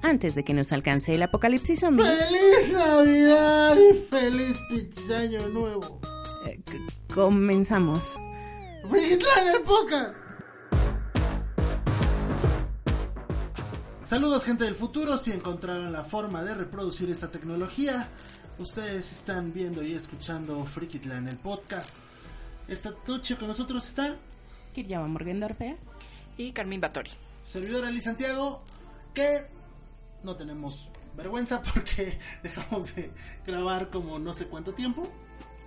antes de que nos alcance el apocalipsis zombie. ¡Feliz Navidad y feliz pizzaño nuevo! Eh, comenzamos. ¡Feliz la época! Saludos gente del futuro, si encontraron la forma de reproducir esta tecnología, ustedes están viendo y escuchando Frikitlan, el podcast. Esta noche con nosotros está... Kirjama Morgendorfer. Y Carmín Batori. Servidora Liz Santiago, que no tenemos vergüenza porque dejamos de grabar como no sé cuánto tiempo.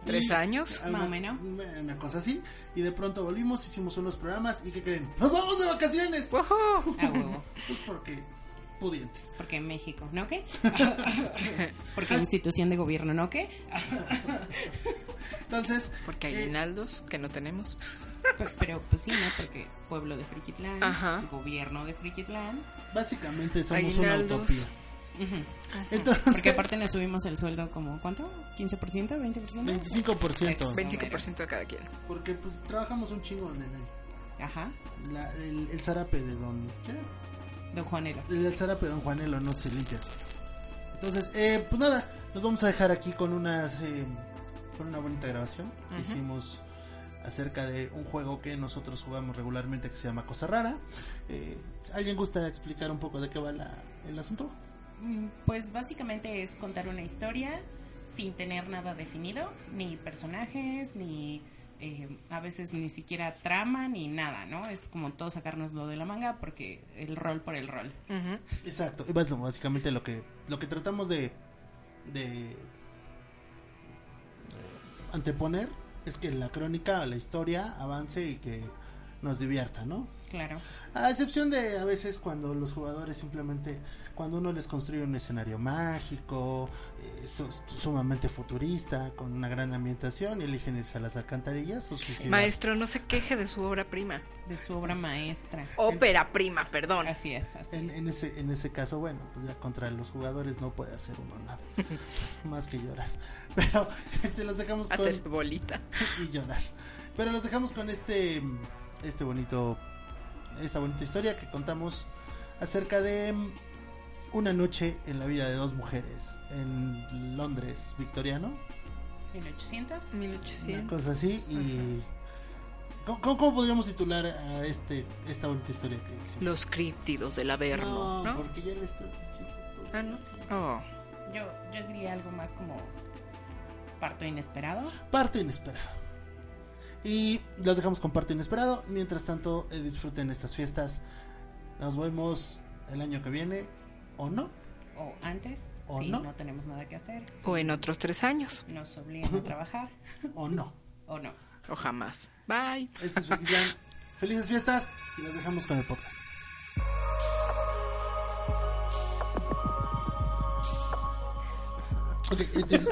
¿Tres Y- años? Algo- Más o menos. Una cosa así. Y de pronto volvimos, hicimos unos programas y ¿qué creen? ¡Nos vamos de vacaciones! ¡Woohoo! A huevo, Pues porque pudientes. porque en México, ¿no qué? porque institución de gobierno, ¿no Ah, qué? Entonces, Porque eh, hay aguinaldos que no tenemos. Pues, pero pues sí, ¿no? Porque pueblo de Friquitlán, Ajá. gobierno de Friquitlán. básicamente somos una Aguinaldos. utopía. Entonces, Porque aparte nos subimos el sueldo como, ¿cuánto? ¿15%? ¿20%? Oh, 25%. Ve- 25% de cada quien. Porque pues trabajamos un chingo en el, Ajá, la- el, el zarape de don... ¿qué era? don Juanero. El alzarape Don Juanelo no se limpia así. Entonces, eh, pues nada, nos vamos a dejar aquí con unas eh, con una bonita grabación que Ajá. hicimos acerca de un juego que nosotros jugamos regularmente que se llama Cosa Rara. Eh, ¿Alguien gusta explicar un poco de qué va la- el asunto? Mm, Pues básicamente es contar una historia sin tener nada definido, ni personajes, ni eh, a veces ni siquiera trama, ni nada, ¿no? Es como todo sacárnoslo de la manga porque el rol por el rol. Ujú. Exacto, y bueno, básicamente lo que lo que tratamos de de eh, anteponer es que la crónica, la historia avance y que nos divierta, ¿no? Claro. A excepción de a veces cuando los jugadores simplemente, cuando uno les construye un escenario mágico, eh, su- sumamente futurista, con una gran ambientación, y eligen irse a las alcantarillas o suicidar. Maestro, no se queje de su obra prima. De su obra maestra. Ópera prima, perdón. Así es, así Oh. En, es. en ese, en ese caso, bueno, pues ya contra los jugadores no puede hacer uno nada, más que llorar. Pero este, los dejamos con... Hacerse bolita. y llorar. Pero los dejamos con este este bonito esta bonita historia que contamos acerca de mm, una noche en la vida de dos mujeres en Londres victoriano, 1800. una 1800. cosa así y ¿cómo, cómo- cómo podríamos titular a este esta bonita historia que que se- Los críptidos del no, Averno, ¿no? porque ya le estás diciendo todo. Ah, no. Oh, Yo, yo diría algo más como parto inesperado. Parte inesperado. Y los dejamos con parte inesperado. Mientras tanto, eh, disfruten estas fiestas. Nos vemos el año que viene. ¿O no? O antes, ¿O si no? no? tenemos nada que hacer. o en otros tres años. Nos obligan a trabajar ¿O no? o no. O jamás. Bye. Este es Frikitlan. Felices fiestas y los dejamos con el podcast. Ok, entonces,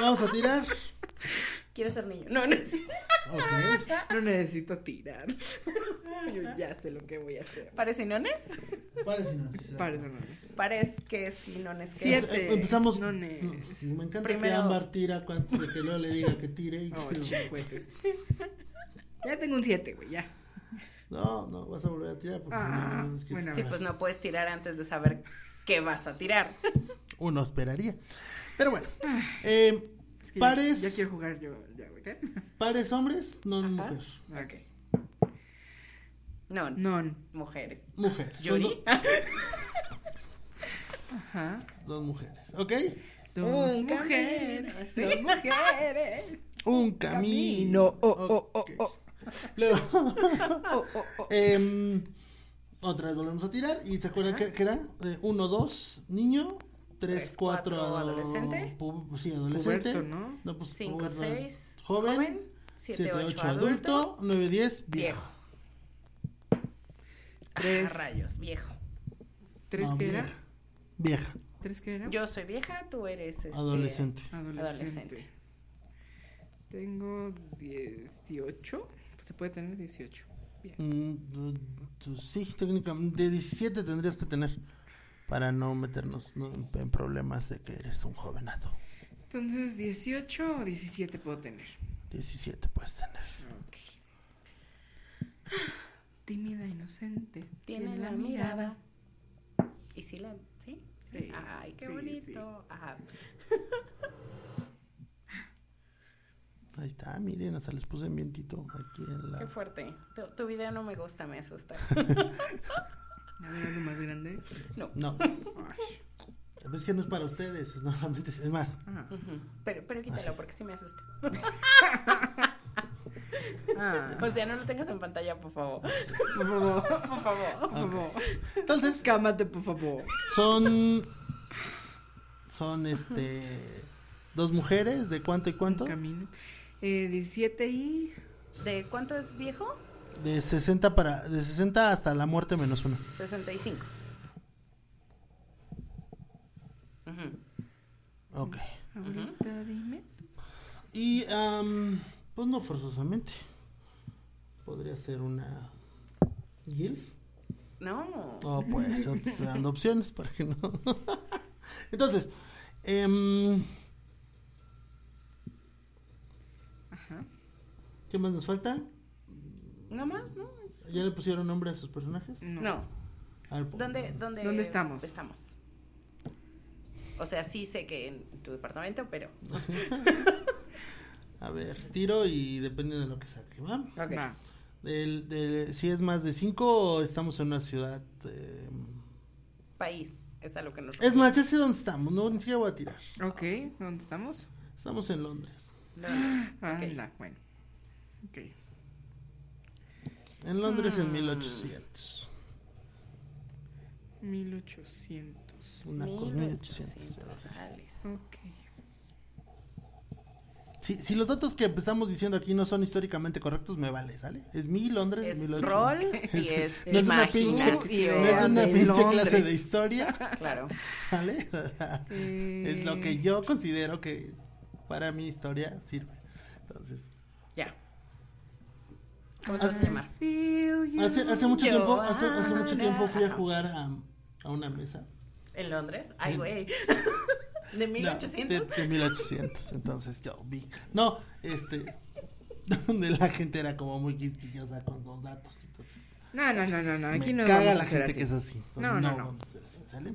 vamos a tirar. Quiero ser niño. No, no es cierto. Ok. No necesito tirar. Yo ya sé lo que voy a hacer. ¿Pares sinones? ¿Cuál es el nombre? Pares que sinones. que- Siete. Eh, Empezamos. No, me ne- encanta que Primero- Ámbar tira cuando que no le diga que tire. Y Oh, que lo- chingüetes. Ya tengo un 7, güey, ya. No, no, vas a volver a tirar porque Ah, si no, es que bueno. Sí, pues no puedes tirar antes de saber qué vas a tirar. uno esperaría. Pero bueno, eh, Ah. Es que ya- pares, Ya, quiero jugar yo, ya, güey. ¿qué? pares hombres, no mujer. Ok. No, Non. mujeres. Mujer. Son ¿Yuri? do- Ajá. dos mujeres, ¿ok? Dos Un mujeres. Dos mujeres. Un camino. Camino. Oh, oh, oh, Ok. oh. Luego, Oh, oh, oh. em, otra vez volvemos a tirar. ¿Y se acuerdan qué, qué era? Eh, uno, dos, niño. Tres, Tres, cuatro, cuatro, adolescente. pu- sí, adolescente. Puberto, ¿no? pues, 5, puberto, 6, joven. joven. 7, siete, 8, ocho, adulto. adulto. Nueve, diez, Viejo. viejo. Ah, Tres. rayos, viejo. ¿Tres No, que vieja. era? Vieja, ¿Tres que era? Yo soy vieja, tú eres este, adolescente. adolescente. Tengo 18. Pues se puede tener 18. Bien. Mm, tú- tú- sí, técnicamente. De 17 tendrías que tener. Para no meternos ¿no? en en problemas de que eres un jovenato. Entonces, 18 o 17 puedo tener. 17 puedes tener. Ok. Ah, Tímida, inocente. Tiene la mirada. ¿Y si la.? ¿Sí? Sí, Ay, qué sí, bonito. Ah, sí. Ajá. Ah. Ahí está, miren, hasta les puse vientito aquí en Qué la. fuerte. Tu, tu video no me gusta, me asusta. A ver, algo más grande. No. No, Ay, Pues es que no es para ustedes, es normalmente. Es más, ah, Ujú. Pero, pero quítalo porque sí me asusta. ah, O sea, Pues no lo tengas en pantalla, por favor. por favor, Por favor. por favor. entonces, Cámate, por favor. son. Son este. Dos mujeres, ¿de cuánto y cuánto? Un camino. Eh, 17 y... ¿De cuánto es viejo? De 60 para. De 60 hasta la muerte menos uno. 65. Ujú. Ok. Ahorita dime. Y, am, pues no forzosamente. Podría ser una. ¿Gilf? No. No, pues, yo te estoy dando opciones para que no. Entonces, em, Ajá. ¿qué más nos falta? ¿No más? ¿No? ¿Ya le pusieron nombre a sus personajes? No. No. A ver, pues. po- ¿Dónde, dónde, ¿Dónde estamos? Estamos. O sea, sí sé que en tu departamento, pero. A ver, tiro y depende de lo que saque, ¿va? Ok. Va. Del- del- si es más de 5, estamos en una ciudad. eh, País. Es a lo que nos. Es más, ya sé dónde estamos, no, ni siquiera voy a tirar. Ok, ¿dónde estamos? Estamos en Londres. Londres. Ok. Anda, bueno. Ok. En Londres en Mm. 1800. 1800. Una cosa, 1800 1800. sales. Ok. Si, si los datos que estamos diciendo aquí no son históricamente correctos, me vale, ¿sale? Es mi Londres, Es 1800. rol y es No es una pinche, no imaginación. es una de pinche Londres. clase de historia, Claro. ¿vale? es lo que yo considero que para mi historia sirve. Entonces, Ya. ¿Cómo te vas a llamar? hace, hace mucho Yo- tiempo, hace, hace mucho tiempo fui a jugar a, a una mesa. ¿En Londres? Ay, En- güey. ¿De No, 1800? de, de 1800, entonces yo vi. No, este, donde la gente era como muy quisquillosa con los datos, entonces. No, no, no, no, no. Aquí Me no caga vamos la a hacer gente así. que es así. Entonces, No, no, no. vamos a hacer así, ¿sale?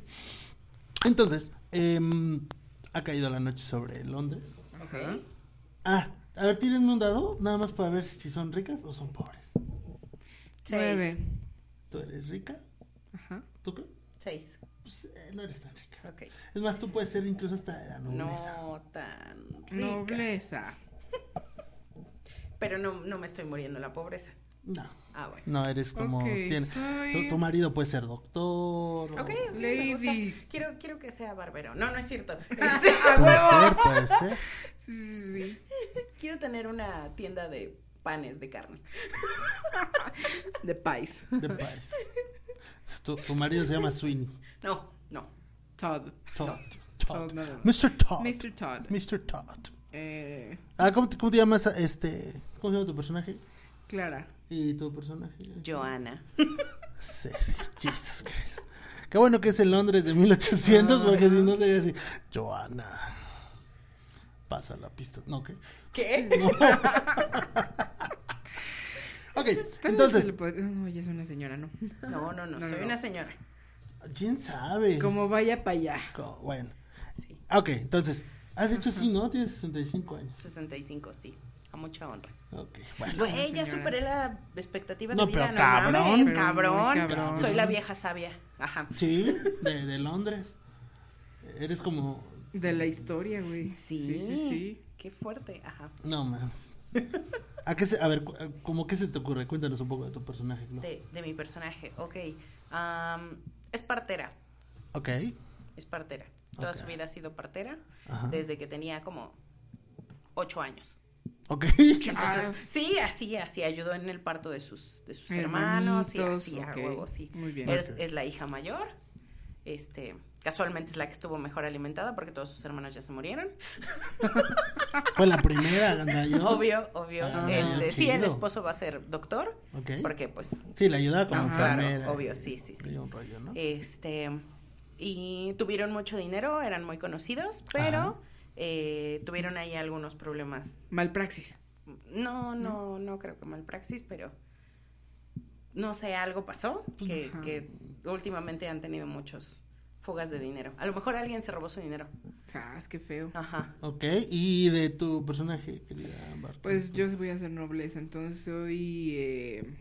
Entonces, em, ha caído la noche sobre Londres. Ajá. Ok. Ah, a ver, tírenme un dado, nada más para ver si son ricas o son pobres. Nueve. Seis. ¿Tú eres rica? Ajá. ¿Tú qué? Seis. Pues, eh, no eres tan rica. Ok. Es más, tú puedes ser incluso hasta de la nobleza. No tan rica. Nobleza. Pero no, no me estoy muriendo en la pobreza. No. Ah, bueno. No, eres como... Ok, tiene- soy- tu, tu marido puede ser doctor. Ok, o- ok, me gusta. Lady. Quiero, quiero que sea barbero. No, no es cierto. Este, Puede ¡A ser, puede ser. huevo! Sí, sí, sí. quiero tener una tienda de panes de carne. De Pais. De Paris. Tu, tu marido se llama Sweeney. No, no. Todd. Todd. Todd, Todd. nada más. Mr. Todd. Mr. Todd. Mr. Todd. Eh, Ah, ¿cómo te, cómo te llamas? Este, ¿Cómo se llama tu personaje? Clara. ¿Y tu personaje? Joana. Sí, sí, Jesus Christ. Qué bueno que es el Londres de 1800, porque si no sería así. Joana. Pasa la pista. No, ¿qué? ¿Qué? Ok, Tal vez se entonces, le pod- No, ella es una señora, ¿no? No, no, no. No, soy no. una señora. ¿quién sabe? Como vaya para allá. Co- Bueno, Sí. Ah, ok, entonces. Ah, de hecho sí, ¿no? Tienes 65 años. 65, sí. A mucha honra. Ok, bueno. Güey, ya señora. superé la expectativa No, de vida. pero cabrón. mames, Pero muy cabrón. cabrón. Soy la vieja sabia. Ajá. Sí, de, de Londres. Eres como. De la historia, güey. Sí, Sí, sí, sí. Qué fuerte. Ajá. No mames. ¿A, qué se- a ver, cu- a- ¿cómo qué se te ocurre? Cuéntanos un poco de tu personaje, Clau. De, de mi personaje. Ok. Am, es partera. Ok. Es partera. Toda Ok. su vida ha sido partera. Ajá. Desde que tenía como ocho años. Ok. Entonces, Ah, sí, así, así ayudó en el parto de sus, de sus hermanos, Hermanitos, y así, a ok. huevo, sí. Muy bien. Es, Ok. es la hija mayor. Este, casualmente es la que estuvo mejor alimentada porque todos sus hermanos ya se murieron. Fue la primera, Gandallo. Obvio, obvio. Ah, este, sí, el chido. ¿Eh? esposo va a ser doctor Ok. porque pues Sí, la ayudaba como Ajá, claro, enfermera. obvio, sí, sí, sí. Y un rollo, ¿no? Este, y tuvieron mucho dinero, eran muy conocidos, Ajá. pero eh, tuvieron ahí algunos problemas. Malpraxis. No, no, no creo que malpraxis, pero no sé, algo pasó que, Ajá. que últimamente han tenido muchos fugas de dinero. A lo mejor alguien se robó su dinero. Sas, qué feo. Ah. Ajá. Ok, y de tu personaje, querida Ámbar? Pues yo voy a hacer nobleza, entonces soy. eh,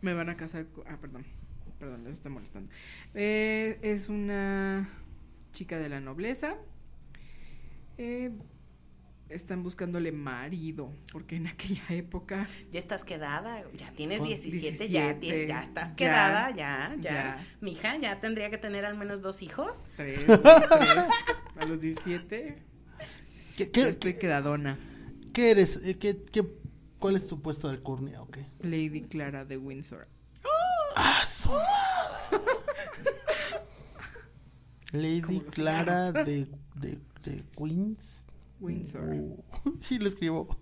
me van a casar. co- Ah, perdón. Perdón, les está molestando. Eh, es una chica de la nobleza. Eh, están buscándole marido, porque en aquella época. Ya estás quedada, ya tienes Con 17, ya, 17, tienes- ya estás ya, quedada, ya, ya, ya. Mija, ya tendría que tener al menos dos hijos. Tres, tres, a los 17. ¿Qué, ya qué, estoy quedadona. qué- qué eres? Eh, ¿Qué, qué, ¿Cuál es tu puesto de alcurnia o qué? Lady Clara de Windsor. ¡Ah, su Lady Como los Clara cigarros. de, de, de Queens. Windsor. Uh, y lo escribo.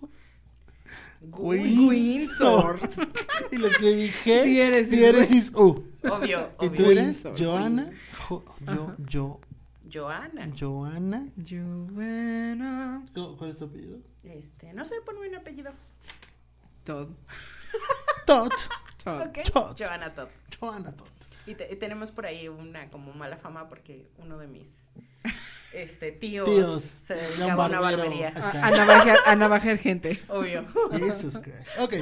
Uy, Windsor. y lo escribí G. Diéresis, Diéresis U. Obvio, Y tú obvio. eres Windsor, Joana. Jo- yo, yo, Joana. Joana. Joanna. ¿Cu- ¿Cuál es tu apellido? Este, no sé, ponme un apellido. Todd. Tot. Todd. Ok, Todd. Joana Todd. Joana Tot. Y, te- y tenemos por ahí una como mala fama porque uno de mis este, tíos, Tíos. se Era un dedicaba a una barbero. barbería. Ah. A, a navajear, a navajear gente. Obvio. Jesus Christ. Ok.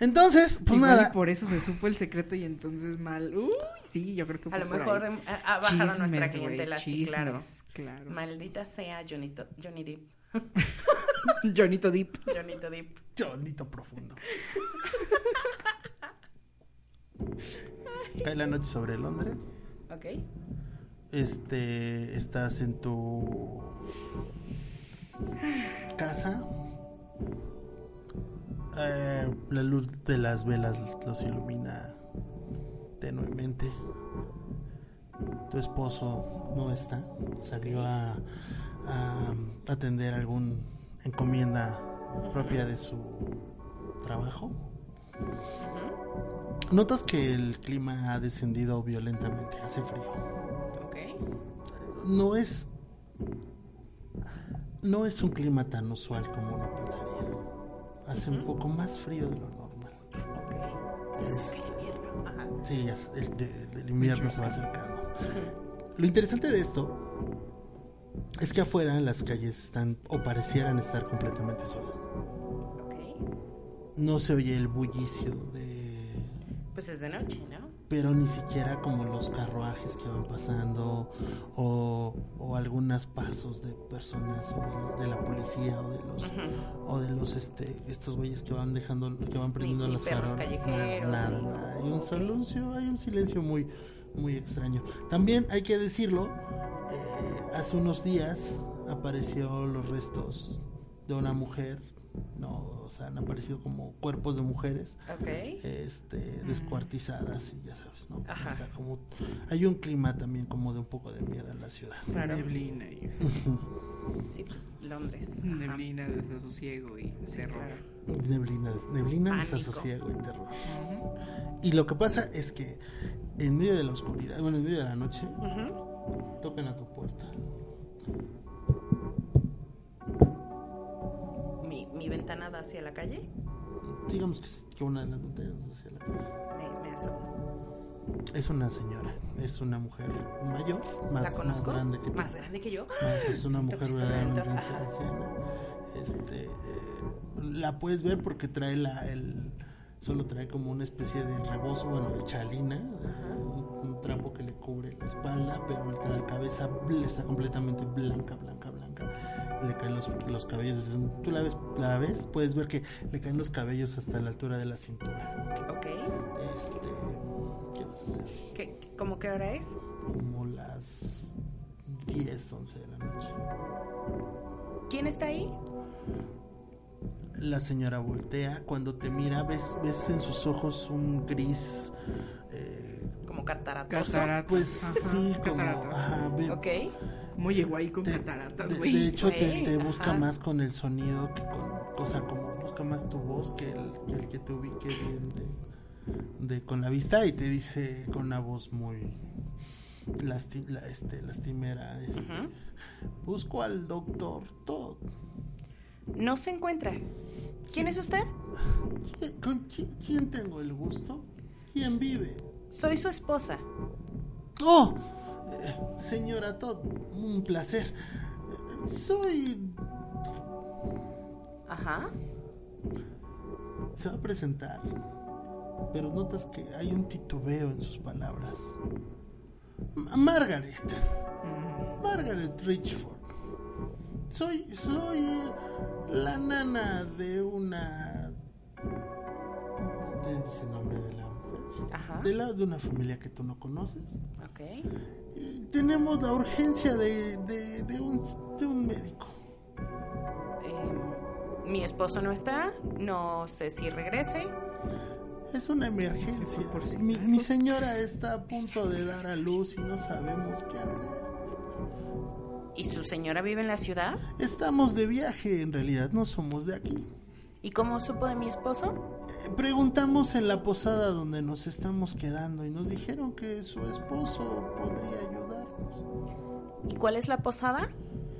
Entonces, pues Igual y nada. por eso se supo el secreto y entonces mal. Uy, sí, yo creo que fue A lo por mejor ahí. em, ha ha bajado nuestra Chismes, güey, clientela, sí, claro. chismes, claro. Maldita sea Johnny, To- Johnny Depp. Johnito Deep. Johnny To Depp. Johnito profundo. Cae la noche sobre Londres. Ok. Este, estás en tu casa. Eh, la luz de las velas los ilumina tenuemente. Tu esposo no está. Salió a, a atender alguna encomienda propia de su trabajo. Ujú. Notas que el clima ha descendido violentamente, hace frío. Ok. No es. No es un clima tan usual como uno pensaría. Hace un poco más frío de lo normal. Ok. Es que el invierno. Ajá. Sí, ya se- el, el- el invierno se va acercando. Lo interesante de esto es que afuera las calles están o parecieran estar completamente solas. Ok. No se oye el bullicio de Pues es de noche, ¿no? pero ni siquiera como los carruajes que van pasando o, o algunos pasos de personas o de, de la policía o de los Ujú. o de los este estos güeyes que van dejando que van prendiendo ni las perros farolas callejeros, nada, nada, ni- nada. hay un ok. silencio hay un silencio muy muy extraño también hay que decirlo eh, hace unos días apareció los restos de una mujer no o sea han aparecido como cuerpos de mujeres Ok. este, descuartizadas y ya sabes, ¿no? Ajá. O sea, como hay un clima también como de un poco de miedo en la ciudad. Claro. Neblina y Sí, pues Londres. Ajá. neblina de desasosiego y terror. claro. Neblina, neblina Pánico. desasosiego y terror. Y lo que pasa es que en medio de la oscuridad, bueno, en medio de la noche, Ujú. tocan a tu puerta. Mi, mi ventana da hacia la calle. Digamos que, es- que una de las ventanas hacia la calle. Me, me asomo. Es una señora, es una mujer mayor, más, ¿La más conozco? grande que tú. ¿Más grande que yo? Más, es una Siento que mujer estoy verdaderamente dentro. anci- Ajá. anciana. Este, eh, la puedes ver porque trae la, el, solo trae como una especie de rebozo, bueno, de chalina, eh, un, un trapo que le cubre la espalda, pero el- la cabeza bl- está completamente blanca, blanca, blanca. Le caen los, los cabellos, tú la ves, la ves, puedes ver que le caen los cabellos hasta la altura de la cintura. Ok. Este, ¿qué vas a hacer? ¿Qué, qué- ¿Cómo qué hora es? Como las 10, 11 de la noche. ¿Quién está ahí? La señora voltea, cuando te mira ves, ves en sus ojos un gris eh, como cataratoso. Cataratas. Pues ajá, sí, como, cataratas. ajá, ve- Ok. ¿Cómo llegó ahí con Te- cataratas, de, güey? de hecho, te, Güey, te busca ajá. más con el sonido que con. O sea, como busca más tu voz que el que, el que te ubique bien de, de- con la vista y te dice con una voz muy. lasti- la- este, lastimera. este, Ujú. Busco al doctor Todd. No se encuentra. ¿Quién es usted? ¿Qui- ¿Con qui- quién tengo el gusto? Pues, ¿Quién vive? Soy su esposa. ¡Oh! Eh, Señora Todd, un placer. Eh, Soy. Ajá. Se va a presentar. Pero notas que hay un titubeo en sus palabras. M- Margaret. Margaret Richford. Soy. Soy. La nana de una. ¿Tienes el nombre de la mujer? Ajá. De la de una familia que tú no conoces. Ok. Y tenemos la urgencia de, de, de un, de un médico. Em, mi esposo no está. No sé si regrese. Es una emergencia. Sí, por si Mi, acaso. mi señora está a punto de dar a luz y no sabemos qué hacer. ¿Y su señora vive en la ciudad? Estamos de viaje, en realidad, no somos de aquí. ¿Y cómo supo de mi esposo? Eh, Preguntamos en la posada donde nos estamos quedando y nos dijeron que su esposo podría ayudarnos. ¿Y cuál es la posada?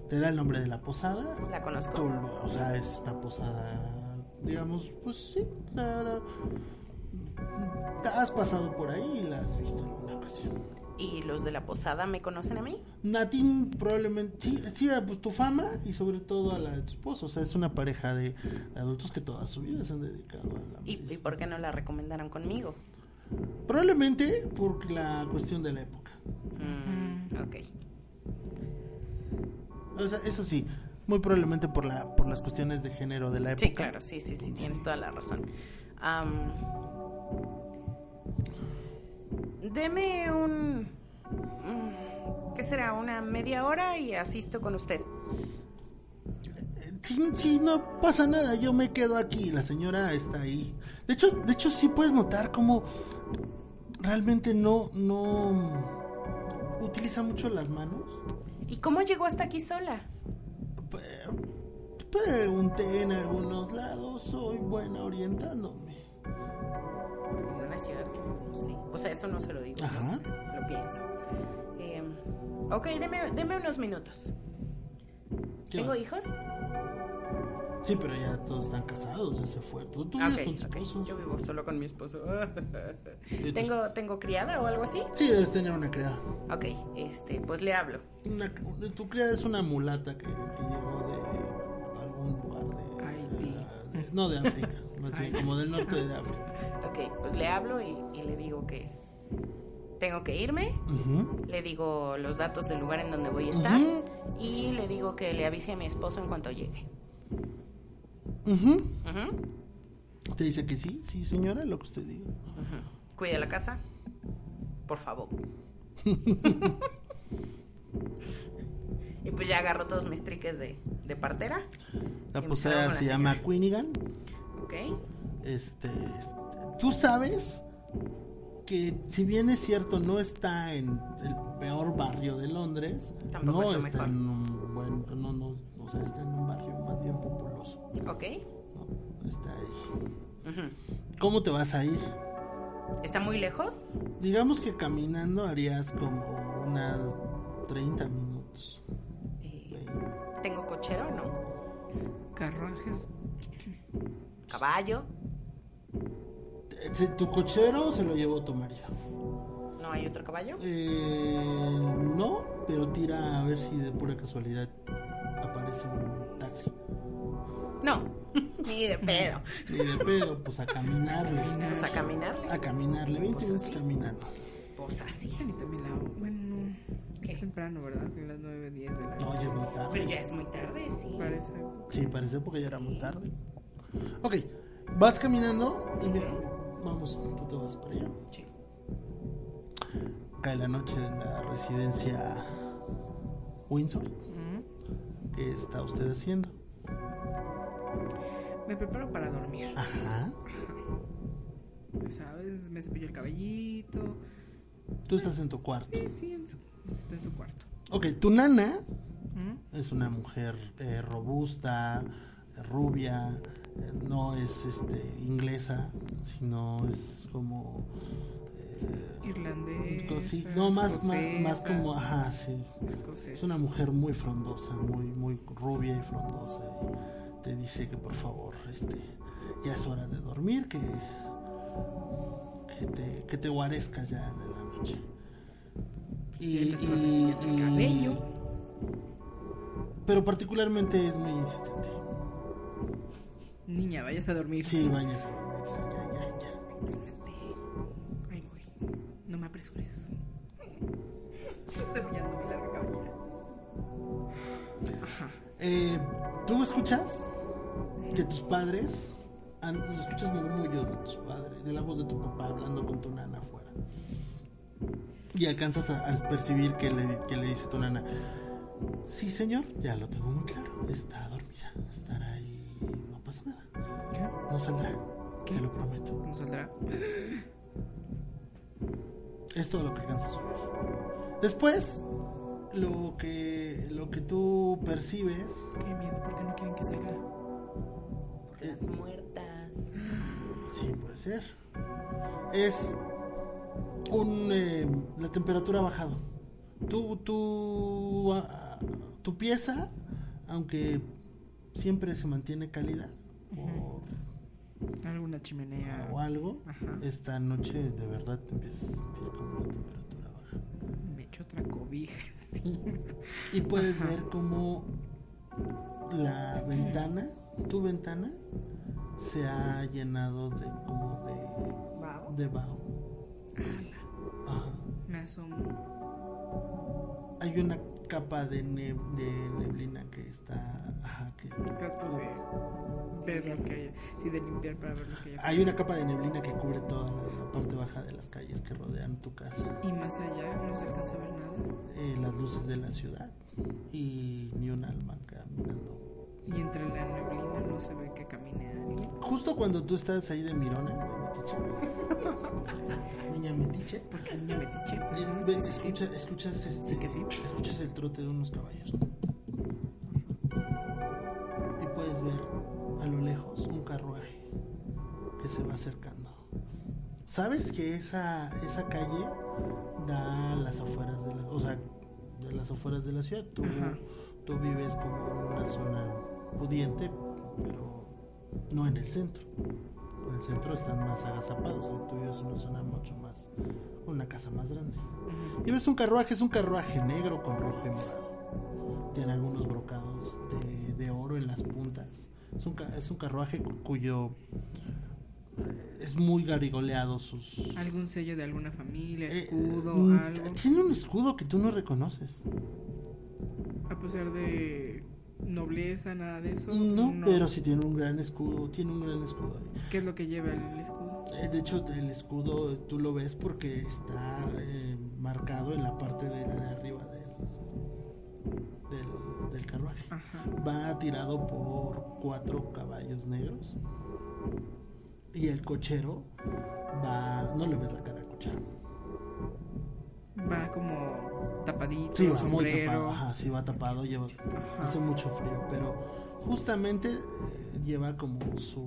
¿Te da el nombre de la posada? La Tú conozco. lo- o sea, es una posada, digamos, pues sí. o sea, la- has pasado por ahí y la has visto en alguna ocasión. ¿Y los de la posada me conocen a mí? Natín probablemente, sí, sí, a pues, tu fama y sobre todo a la de tu esposo. O sea, es una pareja de, de adultos que toda su vida se han dedicado a la ¿Y, y medicina. por qué no la recomendaron conmigo? Probablemente por la cuestión de la época. Mm, ok. O sea, eso sí, muy probablemente por, la, por las cuestiones de género de la época. Sí, claro, sí, sí, sí, tienes toda la razón. Am, deme un... mm, ¿Qué será? Una media hora y asisto con usted. Eh, Sí, sí, no pasa nada, yo me quedo aquí, la señora está ahí. De hecho, de hecho sí puedes notar cómo realmente no, no utiliza mucho las manos. ¿Y cómo llegó hasta aquí sola? Pe- Pregunté en algunos lados, soy buena orientándome. En una ciudad que no conocí. O sea, eso no se lo digo. yo, Ajá. Lo pienso. Em, ok, deme, deme unos minutos. ¿Qué ¿Tengo más? hijos? Sí, pero ya todos están casados, ya se fue. Tú, tú Ah, vives con tus ok, ok. esposos. Yo vivo solo con mi esposo. Y tus- ¿Tengo, ¿Tengo criada o algo así? Sí, debes tener una criada. Ok, este, pues le hablo. Una- tu criada es una mulata que, que llegó de algún lugar de... Haití. de- no, de África, más bien, Ay. como del norte de África. Ok, pues le hablo y, y le digo que tengo que irme. Ujú. Le digo los datos del lugar en donde voy a estar. Ujú. Y le digo que le avise a mi esposo en cuanto llegue. Ujú. Ujú, Te dice que sí, sí señora, lo que usted diga. ujú. Cuida la casa. Por favor. y pues ya agarro todos mis triques de, de partera. La Empezaba posada con la se llama señora. Quinigan. Ok. este, tú sabes que si bien es cierto no está en el peor barrio de Londres, Tampoco no es lo está mejor. en un buen, no, no, o sea, está en un barrio más bien populoso, Ok. ¿no? Está ahí. ujú. ¿Cómo te vas a ir? ¿Está muy lejos? Digamos que caminando harías como unas 30 minutos. Eh, 20. ¿Tengo cochero o no? Carruajes. ¿Caballo? Este, Tu cochero se lo llevó tu marido. ¿No hay otro caballo? Eh, no, pero tira a ver si de pura casualidad aparece un taxi. No, ni de pedo. Y de pedo, pues a caminarle. Pues a caminarle. A caminarle, 20 Pues minutos así. caminando. Pues así. Bueno, y también la. Bueno, ¿Qué? es temprano, ¿verdad? En las 9, 10 de la No, ya es muy Pero ya tarde. es muy tarde, sí. Parece. Sí, parece porque ya era muy tarde. Ok, vas caminando y mira, vamos, tú te vas para allá. Sí. Cae la noche en la residencia Windsor. ¿Qué está usted haciendo? Me preparo para dormir. Ah. Ajá. ¿Sabes? Me cepillo el cabellito. Tú estás en tu cuarto. Sí, sí, en su- está en su cuarto. Ok, tu nana ¿Mm? es una mujer eh, robusta, rubia, eh, no es este, inglesa, sino es como... eh, Irlandés. cosi- no, más, más, más escocesa, como... Ajá, sí. escocesa. Es una mujer muy frondosa, muy, muy rubia y frondosa. y te dice que por favor, este, ya es hora de dormir, que, que, te, que te guarezcas ya de la noche. Pues ya te estás limpiando el cabello. Pero particularmente es muy insistente. Niña, vayas a dormir. Sí, váyase a dormir, ya, ya, ya, ya. Cálmate. Ahí voy. No me apresures. Cepillando mi larga cabellera. Ajá. Eh, ¿Tú escuchas que tus padres, han- los escuchas murmullos de tus padres, de la voz de tu papá hablando con tu nana afuera? Y alcanzas a, a percibir que le, que le dice tu nana, sí señor, ya lo tengo muy claro, está dormida, estará ahí, no pasa nada, ¿Qué? no saldrá, ¿Qué? te lo prometo. ¿Cómo saldrá? Es todo lo que alcanzas a ver. Después, lo que, lo que tú percibes, Qué miedo, ¿por qué no quieren que salga? Por las muertas. Sí, puede ser. Es un... eh, la temperatura ha bajado. Tu, tu, ah, tu pieza, aunque siempre se mantiene cálida por- Alguna chimenea. o algo, Ajá. esta noche de verdad te empiezas a sentir como la temperatura baja. Me echo otra cobija encima. Y puedes Ajá. ver como la ventana, tu ventana, se ha llenado de como Wow. de, de vaho. Ajá. Me asomo. Hay una capa de, ne- de neblina que está. Ajá, que- Trato de ver lo que hay. Sí, de limpiar para ver lo que hay. Hay una capa de neblina que cubre toda la, la parte baja de las calles que rodean tu casa. Y más allá no se alcanza a ver nada. Eh, las luces de la ciudad y ni un alma caminando. Y entre la neblina no se ve que camine alguien. Justo cuando tú estás ahí de Mirona, de Metiche, niña Metiche, Porque niña metiche. es- Ujú, ve- sí, sí, sí. escucha- escuchas este, Sí que sí. escuchas el trote de unos caballos. Y puedes ver a lo lejos un carruaje que se va acercando. ¿Sabes que esa, esa calle da a las afueras de la, o sea, de las afueras de la ciudad? Tú, Ajá. tú vives como en una zona pudiente, pero no en el centro. En el centro están más agazapados, o sea, tú vives en una zona mucho más, una casa más grande. Ujú. Y ves un carruaje, es un carruaje negro con rojo y morado. Tiene algunos brocados de, de oro en las puntas. Es un, ca- es un carruaje cu- cuyo eh, es muy garigoleado sus Algún sello de alguna familia, eh, escudo, mm, algo. Tiene un escudo que tú no reconoces. A pesar de nobleza, nada de eso. Mm, No, pero sí tiene un gran escudo, tiene un gran escudo. ahí. ¿Qué es lo que lleva el escudo? Eh, De hecho, el escudo eh, tú lo ves porque está eh, marcado en la parte de, de arriba del- del, del carruaje. Ajá. va tirado por cuatro caballos negros y el cochero va no le ves la cara al cochero Va como tapadito, sí va muy tapado sombrero. ajá, sí va tapado lleva Ajá. hace mucho frío pero justamente eh, lleva como su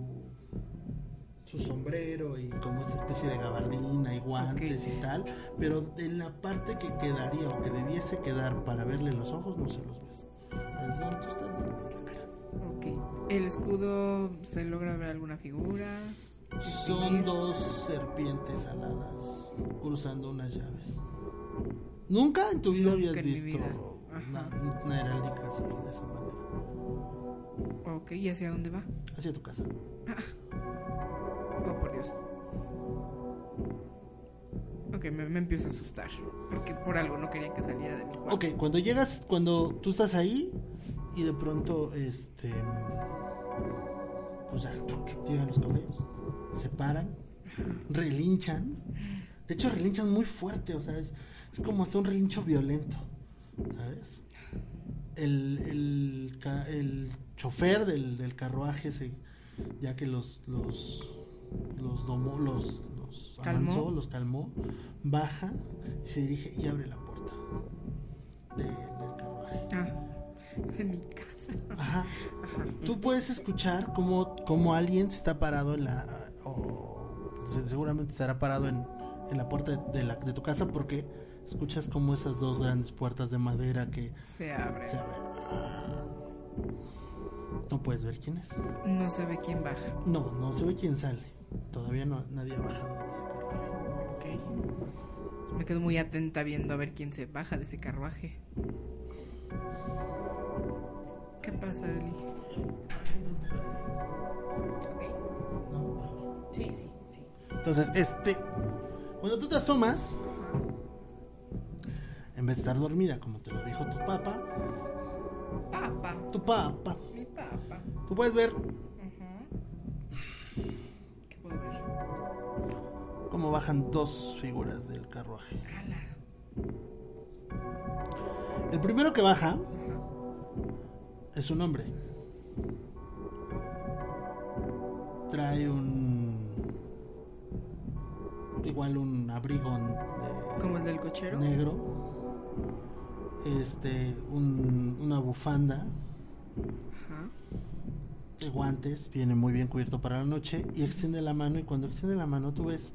su sombrero y como esta especie de gabardina y guantes y tal pero en la parte que quedaría o que debiese quedar para verle los ojos no se los ves desde donde tú estás no le ves la cara Ok. ¿El escudo se logra ver alguna figura? Son dos serpientes aladas cruzando unas llaves. Nunca en tu vida Nunca habías en mi visto vida. una, Ajá. una heráldica así de esa manera. Ok, ¿y hacia dónde va? Hacia tu casa. Oh, por Dios. Ok, me, me empiezo a asustar. Porque por algo no quería que saliera de mi cuarto. Ok, cuando llegas, cuando tú estás ahí y de pronto, este. Pues ya, chuc, chuc, llegan los caballos, se paran, relinchan. De hecho, relinchan muy fuerte, o sea, es, es como hasta un relincho violento, ¿sabes? El, el, ca- el chofer del, del carruaje, se, ya que los. los los domó, los, los los Calmó. avanzó, los calmó, baja, se dirige y abre la puerta del, del carruaje. Ah, de mi casa. Ajá. Tú puedes escuchar cómo, cómo alguien se está parado en la. o se- seguramente estará parado en, en la puerta de, la, de tu casa porque escuchas como esas dos grandes puertas de madera que Se abre. se abren. Ah, No puedes ver quién es. No se ve quién baja. No, no se ve quién sale. Todavía no, nadie ha bajado de ese carruaje. Ok. Me quedo muy atenta viendo a ver quién se baja de ese carruaje. ¿Qué pasa, Eli? Ok. Sí, sí, sí. Entonces, este. Cuando tú te asomas, en vez de estar dormida, como te lo dijo tu papá, Papa. tu papá, Mi papa. tú puedes ver ¿Qué puedo ver? cómo bajan dos figuras del carruaje. Ala. El primero que baja es un hombre. Trae un. Igual un abrigo de- ¿Como el del cochero? negro. Este, un- una bufanda Ajá. de guantes, viene muy bien cubierto para la noche y extiende la mano y cuando extiende la mano tú ves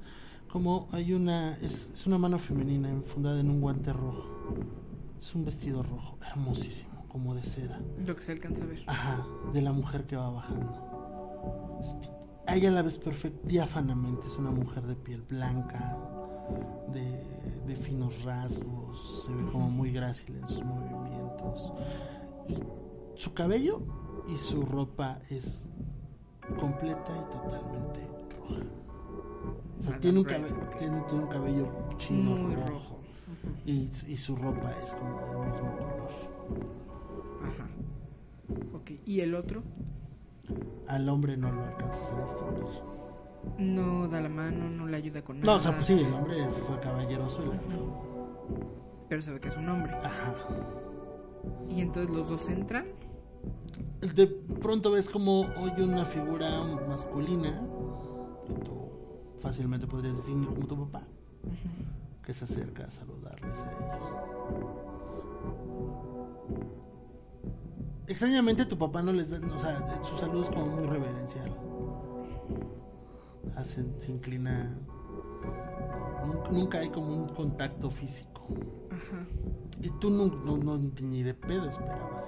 como hay una es, es una mano femenina enfundada en un guante rojo. Es un vestido rojo, hermosísimo, como de seda. Lo que se alcanza a ver. Ajá, de la mujer que va bajando. Este, A ella la ves perfecta, diáfanamente, es una mujer de piel blanca, de, de finos rasgos, se ve como muy grácil en sus movimientos. Y su cabello y su ropa es completa y totalmente roja. O sea, Nada tiene un, red, cabello, ok. tiene, tiene un cabello chino Muy rojo, rojo. Y, y su ropa es como del mismo color. Ajá. Ok. ¿Y el otro? Al hombre no lo alcanzas a distinguir. No da la mano, no le ayuda con nada. No, o sea, pues sí, el hombre fue caballeroso y la dejó. Pero se ve que es un hombre. Ajá. Y entonces los dos entran. De pronto ves como hoy una figura masculina, que tú fácilmente podrías decir como tu papá, que se acerca a saludarles a ellos. Extrañamente tu papá no les da, o sea, su saludo es como muy reverencial. Hacen- se inclina, nunca- nunca hay como un contacto físico. Ajá. Y tú no, no, no ni de pedo esperabas.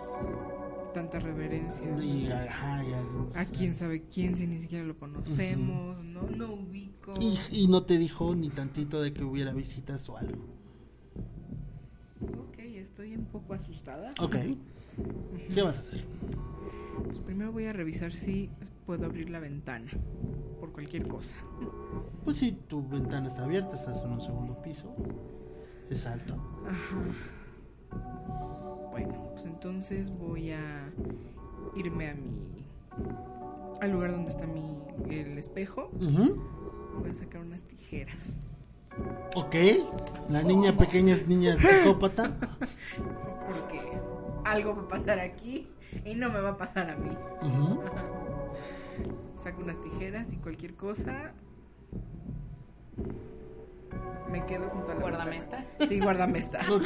Tanta reverencia. Y, ajá, y al- A quién sabe quién, si ni siquiera lo conocemos. No no ubico. y, y no te dijo ni tantito de que hubiera visitas o algo. Ok, estoy un poco asustada. Ok. ¿Qué vas a hacer? Pues primero voy a revisar si puedo abrir la ventana. Por cualquier cosa. Pues si tu ventana está abierta, estás en un segundo piso. Es alto. Bueno, pues entonces voy a irme a mi. al lugar donde está mi. el espejo. Ujú. Voy a sacar unas tijeras. Ok. La niña pequeña es niña psicópata. Porque algo va a pasar aquí y no me va a pasar a mí. Ujú. Saco unas tijeras y cualquier cosa. Me quedo junto a la Guárdame ventana. esta. Sí, guárdame esta. Ok.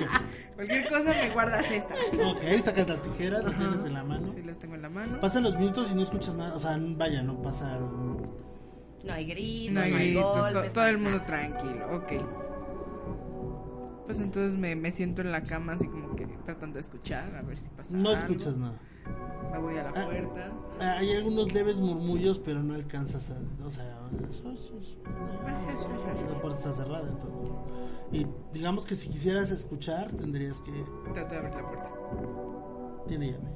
cualquier cosa me guardas esta. Ok, sacas las tijeras, las tienes en la mano. Sí, las tengo en la mano. Pasan los minutos y no escuchas nada. O sea, vaya, no pasa algo. No hay gritos, No hay gritos, to- golpes, todo no el hay mundo nada. tranquilo, ok. Pues entonces me, me siento en la cama así como que tratando de escuchar, a ver si pasa No algo. escuchas nada. Me voy a la Ah. puerta. Ah, Hay algunos leves murmullos, pero no alcanzas a. O sea, su- su- su- la puerta está cerrada, entonces. Y digamos que si quisieras escuchar, tendrías que. Trato de abrir la puerta. Tiene llave.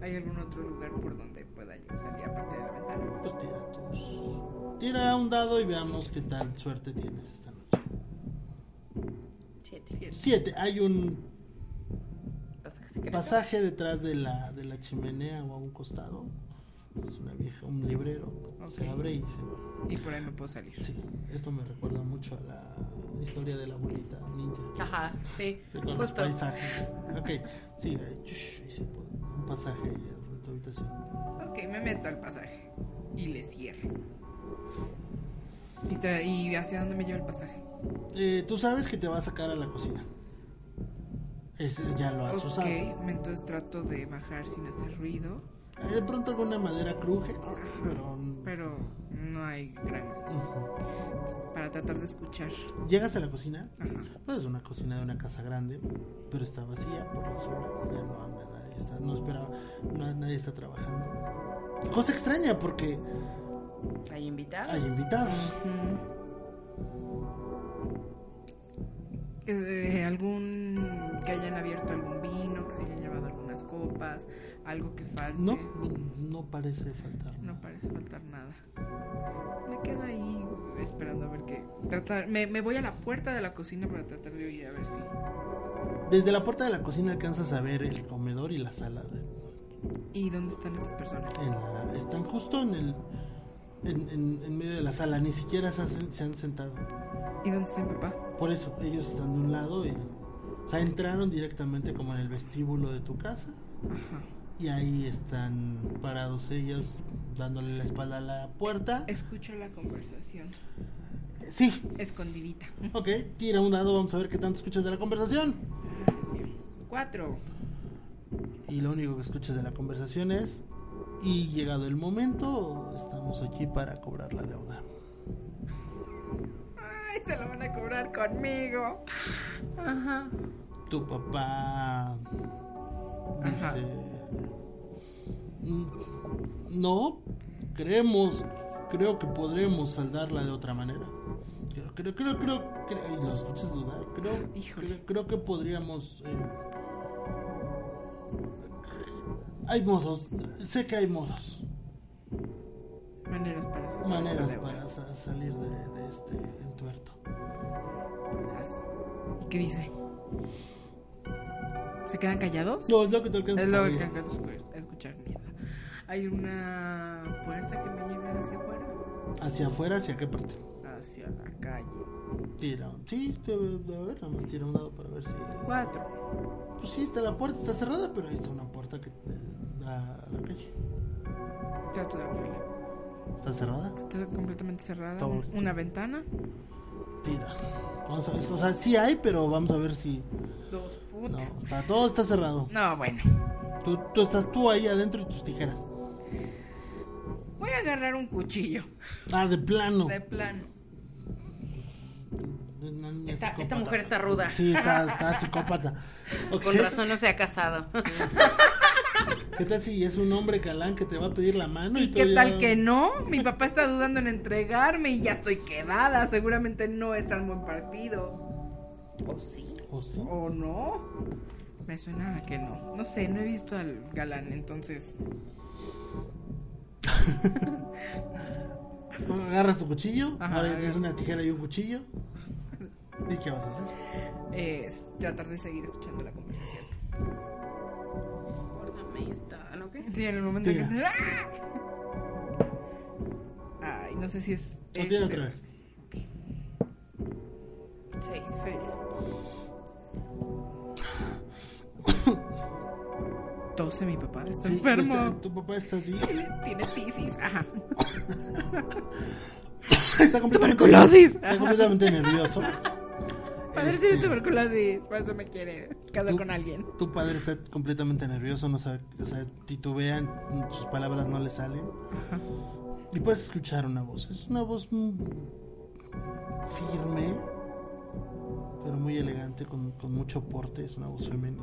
¿Hay algún otro lugar por donde pueda yo salir aparte de la ventana? Pues tira tus. Tira un dado y veamos qué tal suerte tienes esta noche. Siete. Siete. Hay un Pasaje secreto. pasaje detrás de la, de la chimenea o a un costado. Es una vieja, un librero. Se Ok. abre y se. Y por ahí me puedo salir. Sí, esto me recuerda mucho a la historia de la abuelita ninja. Ajá, sí. Sí, con los Justo. paisajes. Ok, sí, ahí, chush, ahí se pone un pasaje ahí a tu habitación. Ok, me meto al pasaje y le cierro. ¿Y, tra- y hacia dónde me lleva el pasaje? Eh, tú sabes que te va a sacar a la cocina. Ese ya lo has Ok, usado. entonces trato de bajar sin hacer ruido, Eh, De pronto alguna madera cruje, pero... pero no hay gran... Ujú. Para tratar de escuchar. Llegas a la cocina, Ajá. pues es una cocina de una casa grande, pero está vacía por las horas, ya no anda nadie, está, no esperaba, no- nadie está trabajando. Cosa extraña porque ¿Hay invitados? hay invitados. Ujú. Eh, algún que hayan abierto algún vino, que se hayan llevado algunas copas, algo que falte. No, no parece faltar. Mm. No nada. parece faltar nada. Me quedo ahí esperando a ver qué. Tratar, me, me voy a la puerta de la cocina para tratar de oír a ver si. Desde la puerta de la cocina alcanzas a ver el comedor y la sala. de- ¿Y dónde están estas personas? en la- están justo en el en, en- en medio de la sala, ni siquiera se han, se han sentado. ¿Y dónde está mi papá? Por eso, ellos están de un lado y o sea, entraron directamente como en el vestíbulo de tu casa Ajá. y ahí están parados ellos dándole la espalda a la puerta. Escucho la conversación. Sí, Escondidita. ok, tira un dado, vamos a ver qué tanto escuchas de la conversación. Ay, Dios mío. Cuatro. Y lo único que escuchas de la conversación es, y llegado el momento, estamos aquí para cobrar la deuda. Ay, se lo van a cobrar conmigo. Ajá. tu papá Ajá. dice "Mm, no creemos creo que podremos saldarla de otra manera creo creo creo creo, creo- y lo escuchas dudar creo Híjole. creo, creo que podríamos eh, hay modos sé que hay modos Maneras para hacer maneras para sa- salir de, de este entuerto ¿Y qué dice? ¿Se quedan callados? no es lo que te alcanzas Es a lo oír. que acabo de escuchar, mierda. Hay una puerta que me lleva hacia afuera. hacia afuera hacia qué parte Hacia la calle. Tira, sí, te, a ver, nada más tira un dado para ver si. Cuatro. Pues sí, está la puerta, está cerrada, pero ahí está una puerta que te da a la calle. Trato de abrirla. Está cerrada, Está completamente cerrada. Todo un- está- Una ventana. tira. Vamos a ver, o sea, sí hay, pero vamos a ver si. Dos No, putas. está, todo está cerrado. No, bueno. Tú, tú estás tú ahí adentro y tus tijeras. Voy a agarrar un cuchillo. Ah, de plano. De plano. Una niña Esta, esta psicópata. mujer está ruda. Sí, está, está psicópata. Ok. Con razón no se ha casado. ¿Qué tal si es un hombre calán que te va a pedir la mano? ¿Y tú qué ya- tal que no? Mi papá está dudando en entregarme y ya estoy quedada. Seguramente no es tan buen partido. ¿O Oh, sí? ¿O sí? ¿O no? Me suena a que no. No sé, no he visto al galán, entonces. Agarras tu cuchillo, Ajá, ahora ya a tienes ver. una tijera y un cuchillo. ¿Y qué vas a hacer? eh, es tratar de seguir escuchando la conversación. Guárdame esta, ¿no qué? Sí, en el momento Tira. que. ¡Ah! Ay, no sé si es. O tira este, otra vez. Seis. seis. Tose mi papá, está Sí, eh. enfermo. pues, está- tu papá está así. Tiene tisis, ajá. Está completamente, Tuberculosis. Está completamente nervioso. Padre Este, tiene tuberculosis, por eso me quiere casar ¿Tú? con alguien. Tu padre está completamente nervioso, no sabe, o sea, titubean, sus palabras no le salen. Y puedes escuchar una voz. Es una voz mm, firme, pero muy elegante, con, con mucho porte. Es una voz femenina.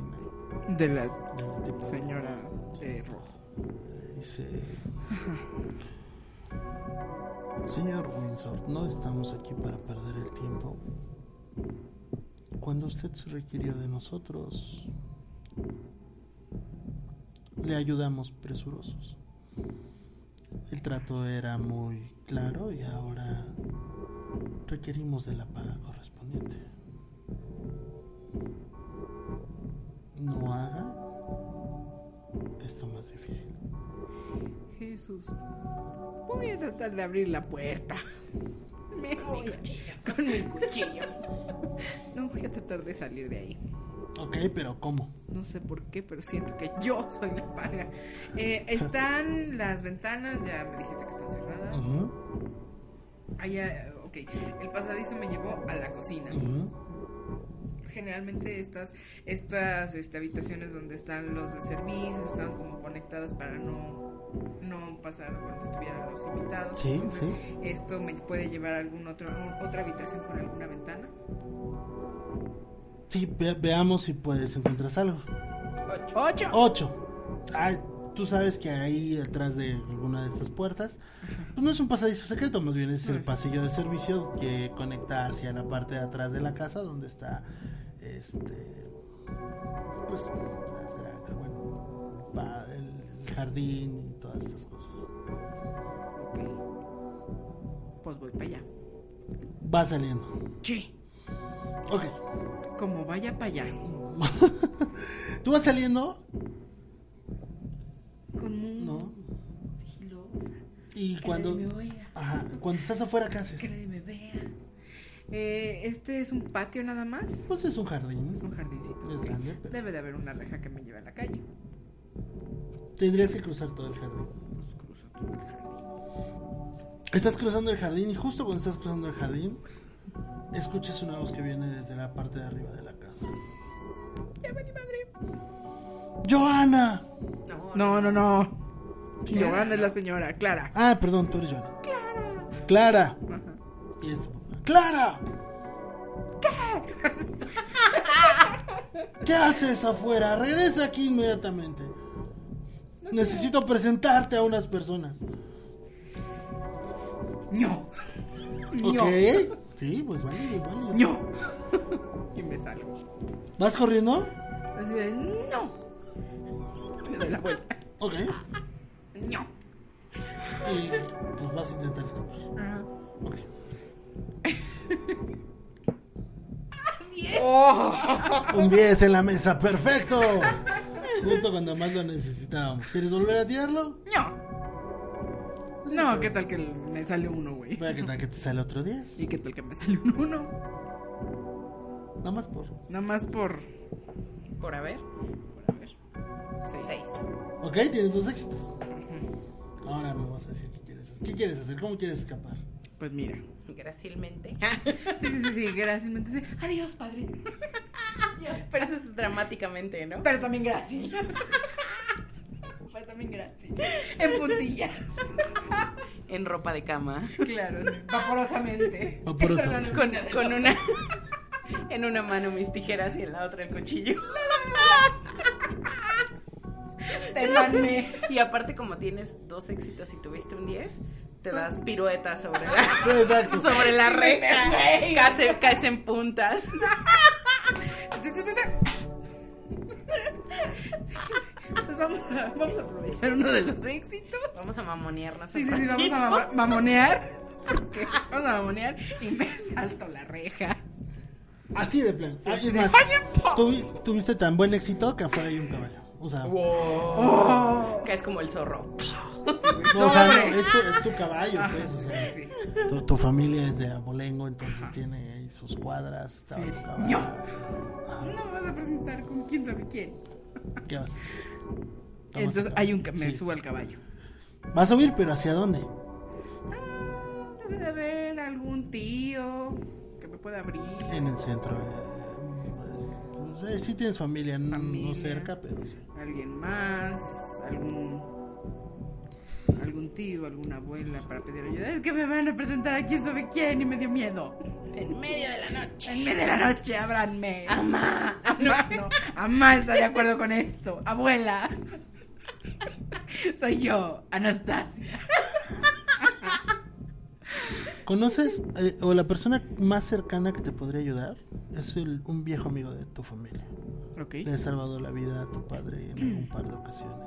De la de la tipa. señora de rojo. Dice... Señor Windsor, no estamos aquí para perder el tiempo. Cuando usted se requirió de nosotros, le ayudamos presurosos. El trato era muy claro y ahora requerimos de la paga correspondiente. No haga esto más difícil. Jesús. Voy a tratar de abrir la puerta. Me voy a- con mi cuchillo. No voy a tratar de salir de ahí. Ok, pero ¿cómo? No sé por qué, pero siento que yo soy la paga. Eh, están las ventanas, ya me dijiste que están cerradas. Ujú. Hay eh, ok, el pasadizo me llevó a la cocina. Ujú. Generalmente estas, estas este, habitaciones donde están los de servicio estaban como conectadas para no, no pasar cuando estuvieran los invitados. Sí, Entonces, sí. esto me puede llevar a algún otro, otra habitación con alguna ventana. Sí, ve- veamos si puedes encuentras algo. ¡Ocho! 8. tú sabes que ahí detrás de alguna de estas puertas, pues no es un pasadizo secreto, más bien es No el es. pasillo de servicio que conecta hacia la parte de atrás de la casa donde está este pues las granjas, bueno, va el jardín y todas estas cosas. Ok. Pues voy para allá. Va saliendo. Sí. Ok. Como vaya para allá. Tú vas saliendo, Como un ¿no? sigilosa. Y Que cuando nadie me oiga. ajá, cuando estás afuera, ¿qué Que haces? nadie me vea. Eh, este es un patio nada más. Pues es un jardín. Es un jardincito. Es ok. grande, pero- Debe de haber una reja que me lleve a la calle. Tendrías que cruzar todo el jardín. Pues cruzo todo el jardín. Estás cruzando el jardín y justo cuando estás cruzando el jardín, escuchas una voz que viene desde la parte de arriba de la casa. Ya vení, madre. ¡Joana! No, No, no, no. Giovanna es la señora, Clara. Ah, perdón, tú eres Joana. ¡Clara! ¡Clara! Ajá. Y es tu mamá. ¡Clara! ¿Qué? ¿Qué haces afuera? Regresa aquí inmediatamente. Necesito presentarte a unas personas. ¡No! ¡No! ¿Ok? Sí, pues válido, válido. ¡No! Y me salgo. ¿Vas corriendo? Así de, ¡No! Le doy la vuelta. Ok. ¡No! Y pues vas a intentar escapar. Ajá. Ok. Un 10 en la mesa, perfecto. Justo cuando más lo necesitábamos. ¿Quieres volver a tirarlo? ¡No! No, ¿qué tal que me sale uno, güey? Voy a que tal que te sale otro 10. ¿Y qué tal que me sale un uno? Nada más por. Nada más por... Por haber. por a ver. Seis. Seis. Ok, tienes dos éxitos. Ahora me vas a decir qué quieres hacer. ¿Qué quieres hacer? ¿Cómo quieres escapar? Pues mira. Gracilmente. Sí, sí, sí, sí, gracias. Entonces, adiós, padre. Pero eso es dramáticamente, ¿no? Pero también gracias. Pero también gracias. En puntillas. En ropa de cama. Claro, sí, vaporosamente. Vaporosamente. Esto Con, no lo- con una. En una mano mis tijeras y en la otra el cuchillo. Te mané. Y aparte, como tienes dos éxitos y tuviste un 10, te das piruetas sobre la, Sí, exacto. sobre la Sí, me reja. pegué. Caes, en- caes en puntas. Pues vamos a, vamos a aprovechar uno de los éxitos. Vamos a mamonearnos. Sí, un sí, sí, vamos ratito. a mama- mamonear. Porque vamos a mamonear y me salto la reja. Así de plan. Así es más. ¡Oye, po! tuvi- Tuviste tan buen éxito que afuera hay un caballo. O sea, no, ¡Oh! Caes como el zorro. o sea, no, Sobre. es, tu, es tu caballo. Ajá, Pues, o sea, Ah, sí, sí. tu, tu familia es de abolengo, entonces tiene ahí sus cuadras. estaba Sí. tu caballo. Ño. Ajá. No me van a presentar con quién sabe quién. ¿Qué vas a hacer? Tomas Entonces el hay un caballo. ca- me Sí. subo al caballo. Vas a huir, pero ¿hacia dónde? Ah, debe de haber algún tío que me pueda abrir. En el centro. eh, pues, eh, sí tienes familia, n- no Familia. cerca, pero sí. Alguien más, algún algún tío, alguna abuela para pedir ayuda. Es que me van a presentar a quién sabe quién y me dio miedo. En medio de la noche. En medio de la noche, ábranme. Ah, Amá. Amá, no. Amá está de acuerdo con esto. Abuela. Soy yo, Anastasia. ¿Conoces eh, o la persona más cercana que te podría ayudar? Es el- un viejo amigo de tu familia. Ok. Le has salvado la vida a tu padre en un par de ocasiones.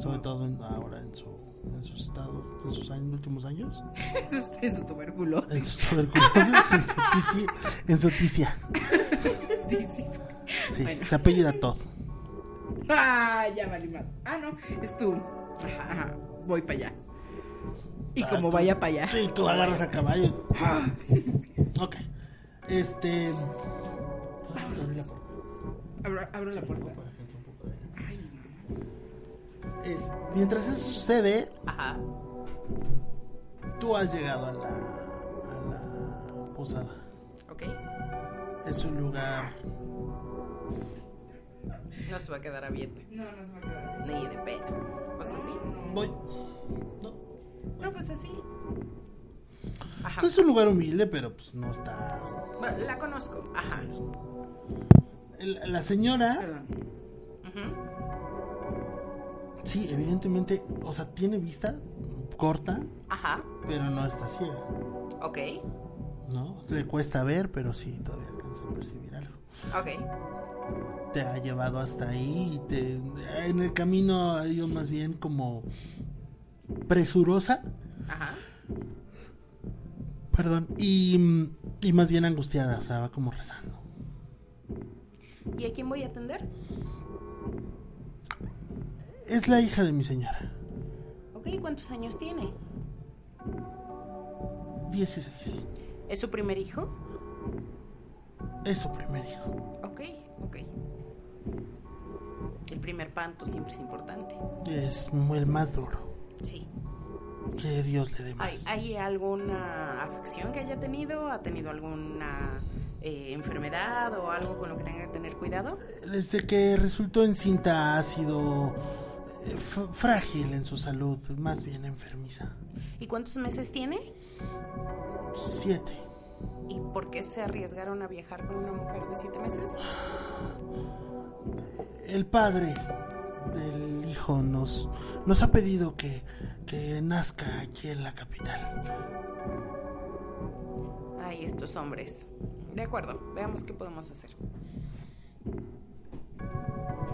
Sobre todo en- ahora en su en sus estados, en sus años- últimos años, En su, en su tuberculosis. en su tuberculosis, en su ticia, en su ticia. Sí, Bueno. se apellida Todd. Ah, ya vale más. Ah, no, es tú. Ajá, ajá, voy para allá. Y como Ah, tú- vaya para allá. Sí, tú agarras a caballo. Ah, Ok. Este. Podemos abrir la puerta. abro, abro la puerta. Para que entre un poco de aire. Es- mientras eso sucede, Ajá. tú has llegado a la, a la posada. Ok. Es un lugar. No se va a quedar abierto. No, no se va a quedar. Ni de pedo. Pues así. Voy. No, No, pues así. Ajá. Es un lugar humilde, pero pues no está. Bueno, La conozco. Ajá. La la señora, Perdón. Ujú. sí, evidentemente, o sea, tiene vista corta, Ajá. pero no está ciega, Ok. ¿no? Le cuesta ver, pero sí, todavía alcanza a percibir algo. Ok. Te ha llevado hasta ahí, y te... en el camino ha ido más bien como presurosa, Ajá. perdón, y, y más bien angustiada, o sea, va como rezando. ¿Y a quién voy a atender? Es la hija de mi señora, Ok, ¿cuántos años tiene? 16, ¿Es su primer hijo? es su primer hijo, Ok, ok. El primer panto siempre es importante. es el más duro, Sí. que Dios le dé más. ¿Hay, hay alguna afección que haya tenido? ¿Ha tenido alguna eh, enfermedad o algo con lo que tenga que tener cuidado? Desde que resultó encinta ha sido eh, f- frágil en su salud, más bien enfermiza. ¿Y cuántos meses tiene? Siete. ¿Y por qué se arriesgaron a viajar con una mujer de siete meses? El padre del hijo nos, nos ha pedido que, que nazca aquí en la capital. Ay, estos hombres. De acuerdo, veamos qué podemos hacer.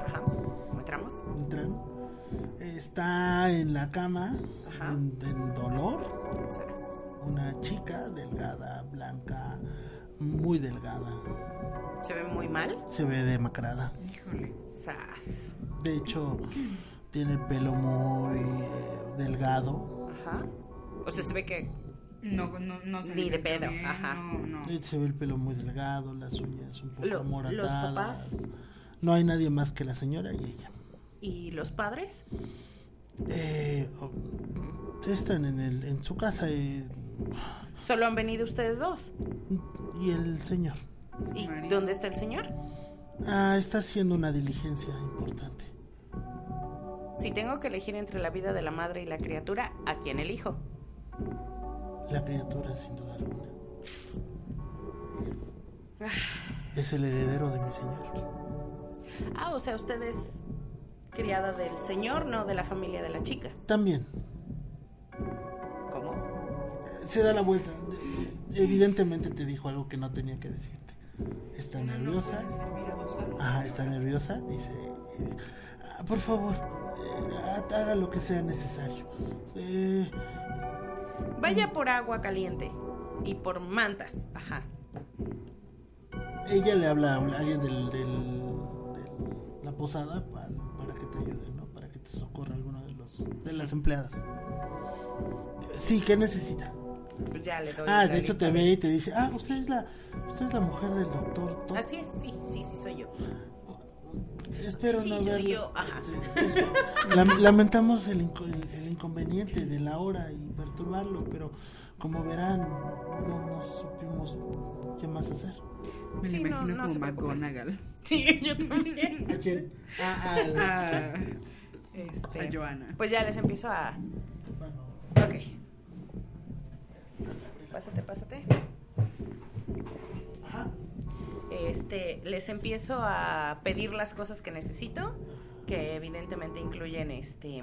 Ajá, ¿entramos? Entran. Está en la cama, Ajá. en, en dolor, Será. una chica delgada, blanca, muy delgada. ¿Se ve muy mal? Se ve demacrada. Híjole. Sas. De hecho, tiene el pelo muy eh, delgado, Ajá. O sea, se ve que... No, no, no se Ni de alimenta pedo, bien, ajá. No, no. Eh, Se ve el pelo muy delgado, las uñas un poco Lo- los amoratadas. papás. No hay nadie más que la señora y ella. ¿Y los padres? Eh, oh, están en, el, en su casa eh, Solo han venido ustedes dos. y el señor Su ¿Y marido. dónde está el señor? ah, está haciendo una diligencia importante. Si tengo que elegir entre la vida de la madre y la criatura, ¿a quién elijo? La criatura, sin duda alguna. Es el heredero de mi señor. Ah, o sea, usted es criada del señor, no de la familia de la chica. También. ¿Cómo? eh, Se da la vuelta. Evidentemente te dijo algo que no tenía que decirte. Está Uno no nerviosa. puede servir a dos aros. Ajá, Ah, está nerviosa, dice, eh, "Ah, por favor, eh, ha- haga lo que sea necesario. Eh, Vaya por agua caliente y por mantas. Ajá. ella le habla a un- a alguien del, del- de la posada pa- para que te ayude, ¿no? Para que te socorra alguno de los de las empleadas. Sí, ¿qué necesita? Pues ya le doy. Ah, la de hecho lista te ve y te dice, ah, usted es la, usted es la mujer del doctor. Todd". Así es, sí, sí, sí, soy yo. Espero Sí, no soy haberle- yo, ajá. Sí, es- lam- Lamentamos el, inco- el- el inconveniente de la hora y perturbarlo, pero como verán, no, no supimos qué más hacer. Me Sí, lo no, imagino no se como preocupe. McGonagall. Sí, yo también. ¿A quién? A, Este, Ah, a Joana. Pues ya les empiezo a. Ok. Pásate, pásate. Este, les empiezo a pedir las cosas que necesito, que evidentemente incluyen este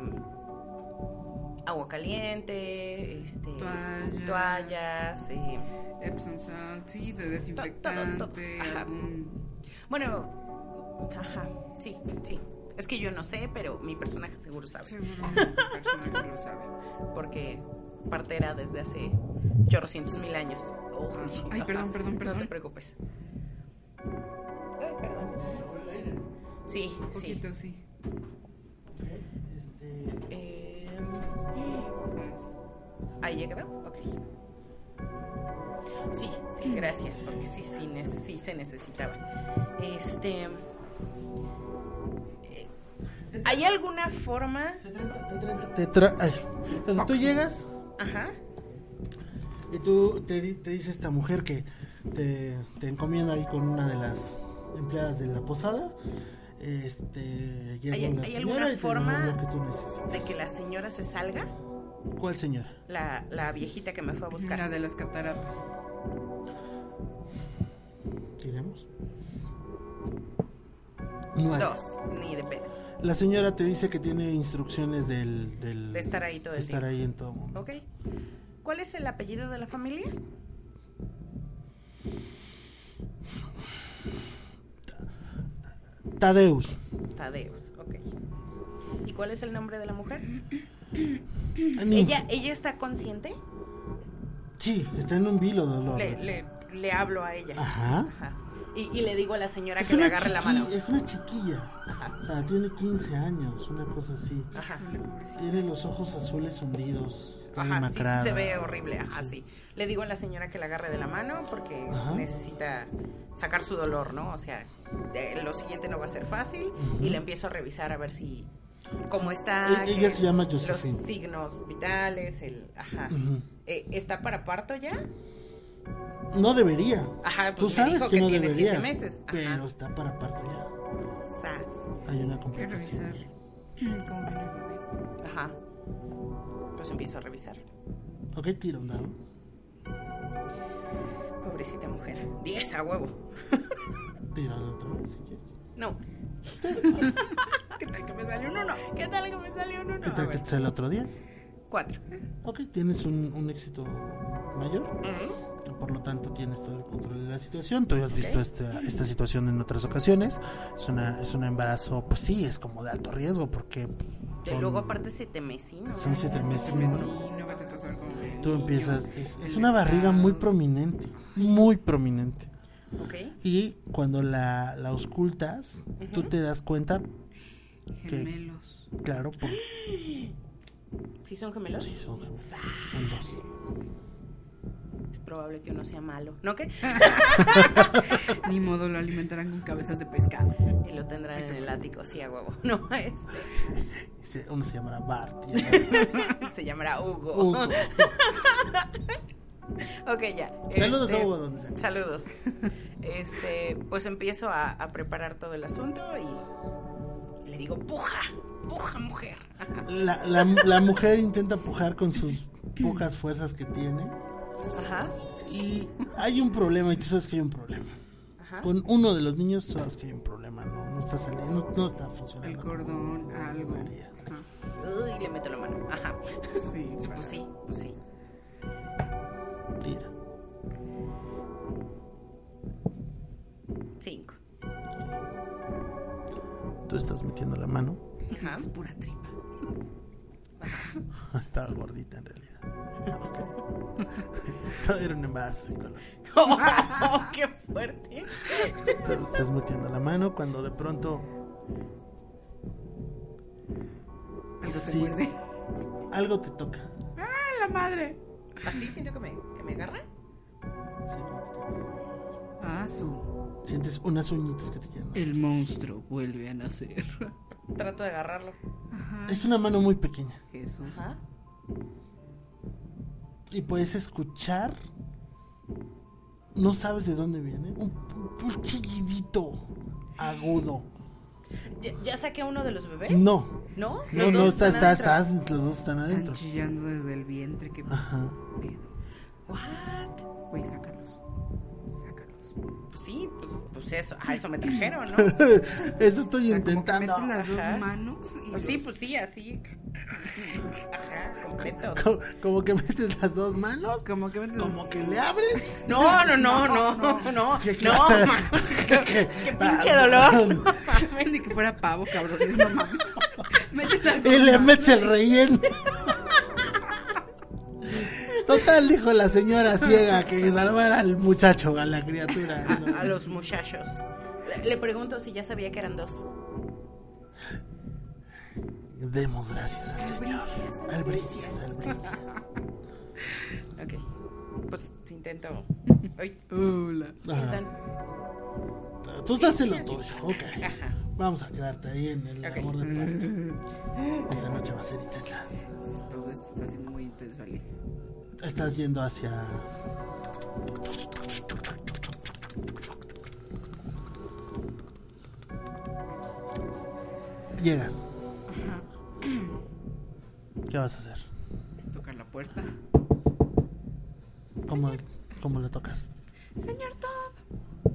agua caliente, este Toallas. toallas, eh, Epsom salt, sí, de todo, desinfectante. todo. Ajá. algún- bueno, ajá, sí, sí. Es que yo no sé, pero mi personaje seguro sabe. Seguro esa persona que lo sabe. porque partera desde hace chorrocientos mil años. Uy. Ay, perdón, perdón, perdón. No te preocupes. Ay, perdón. Sí, sí. Poquito, sí. Ah. Em, Ahí ya quedó, ok. Sí, sí, gracias, porque sí, sí, ne- sí se necesitaba. Este. eh, ¿Hay alguna forma? Te tra- ay. Entonces tú llegas Ajá. Y tú te, di- te dice esta mujer que te, te encomienda ahí con una de las empleadas de la posada. Este, llega ¿Hay- una hay señora alguna y te da forma lo que tú necesitas. De que la señora se salga, ¿Cuál señora? la, la viejita que me fue a buscar. La de las cataratas. ¿Tenemos? No hay. Dos, ni de pedo. La señora te dice que tiene instrucciones del... del- De estar ahí todo de el estar tiempo. ahí en todo momento. Ok. ¿Cuál es el apellido de la familia? Tadeus. Tadeus, ok. ¿Y cuál es el nombre de la mujer? Ánimo. ¿Ella, ella está consciente? Sí, está en un vilo de dolor. Le, le- le hablo a ella. Ajá. Ajá. Y, y le digo a la señora Es que le una, agarre la mano. chiqui- es una chiquilla. Ajá. O sea, tiene 15 años, una cosa así. Ajá. Híjole, pobrecita. Tiene los ojos azules hundidos. Está Ajá, sí, sí demacrada. se ve horrible, ajá, Sí. sí. Le digo a la señora que la agarre de la mano porque Ajá. necesita sacar su dolor, ¿no? O sea, eh, lo siguiente no va a ser fácil Ujú. y la empiezo a revisar a ver si cómo E- está. ella que se llama Los Josephine. signos vitales, el, ajá. Ujú. Eh, ¿Está para parto ya? No debería. Ajá, Tú pues me sabes dijo que, no tiene debería. siete meses. Ajá. Pero está para parto ya. Sas. Hay una Hay que complicación. revisar Mm. cómo viene el bebé. Ajá. Pues empiezo a revisar. Ok, tira un dado. Pobrecita mujer. Diez a huevo. Tíralo otra vez si quieres. No. ¿Qué tal que me salió un uno? ¿Qué tal que me salió un uno? ¿Qué Ah, A tal que ver, te sale otro 10? Cuatro. Ok, tienes un, un éxito mayor. Ujú. Por lo tanto, tienes todo el control de la situación. Tú ya has visto Ok. esta, esta situación en otras ocasiones. Es, una, es un embarazo, pues sí, es como de alto riesgo porque... Y son- luego aparte siete mesino. Son siete meses. Siete meses, no vete tú a saber cómo viene el Tú niño, empiezas... Es, es el una barriga muy estado. prominente, muy prominente. Ok. Y cuando la, la auscultas, tú Ujú. te das cuenta, Gemelos. claro, por ¿Sí son gemelos? sí, son, son dos. Es probable que uno sea malo. ¿No qué? Ni modo, lo alimentarán con cabezas de pescado. Y lo tendrán en el ático, sí, a huevo. No, este, Se- Uno se llamará Bart. y el se llamará Hugo. otro, Hugo. Ok, ya. Saludos Este, a Hugo, donde sea. Saludos. Este, pues empiezo a, a preparar todo el asunto y le digo, puja, puja mujer. La, la, la mujer intenta pujar con sus pocas fuerzas que tiene. Ajá, Y hay un problema, y tú sabes que hay un problema. ajá. Con uno de los niños, tú sabes que hay un problema, no, no está saliendo, no, no está El funcionando. cordón, algo. Ah, Ajá. Uy, le meto la mano. Ajá. Sí, para- Pues sí, pues sí. Tira. Cinco. Tú estás metiendo la mano. Ajá. Es pura tripa. Estaba gordita en realidad. Ah, Ok. Todo era un embarazo psicológico. Oh, ¡Qué fuerte! Tú estás metiendo la mano cuando de pronto Algo te Sí. muerde. algo te toca. ¡Ah, la madre! Así siento que me, que me agarra. Sí, como que Ah, su. te- Sientes unas uñitas que te quieren. El monstruo vuelve a nacer. Trato de agarrarlo. Ajá. Es una mano muy pequeña. Jesús. Ajá. y puedes escuchar, no sabes de dónde viene, un, un chillidito agudo. ¿Ya, ya saqué uno de los bebés? No, ¿No? no, Los no, dos está, están está, adentro. está- los dos están Están adentro. chillando desde el vientre. Qué Ajá. pedo. ¿What? Güey, sácalos. Sácalos. Pues sí, pues, pues eso. A eso me trajeron, ¿no? Eso estoy O sea, como que intentando. metes las dos Ajá. manos y Pues sí, los- pues sí, así. Ajá, completo. Co- Como que metes las dos manos, como que metes como que le abres. No, no, no, no, no, no, ¿Qué no, clase? ma- qué pinche Ah, dolor. No mames. Ni que fuera pavo, cabrones, no mames. Metes las Y dos le manos. metes el relleno. Total, dijo la señora ciega que salvara al muchacho, a la criatura. A, a los muchachos. Le, le pregunto si ya sabía que eran dos. Demos gracias al Señor. Albricias, albricias. Ok. Pues intento. Ay, Hola. Ajá. intentan. Ah, Tú estás en lo tuyo, ok. Ajá. Vamos a quedarte ahí en el Ok. amor del parto. Esa noche va a ser intensa. Todo esto está siendo muy intenso, Ale. Estás yendo hacia. Llegas. ¿Qué vas a hacer? Tocar la puerta. ¿Cómo, cómo lo tocas? Señor Todd.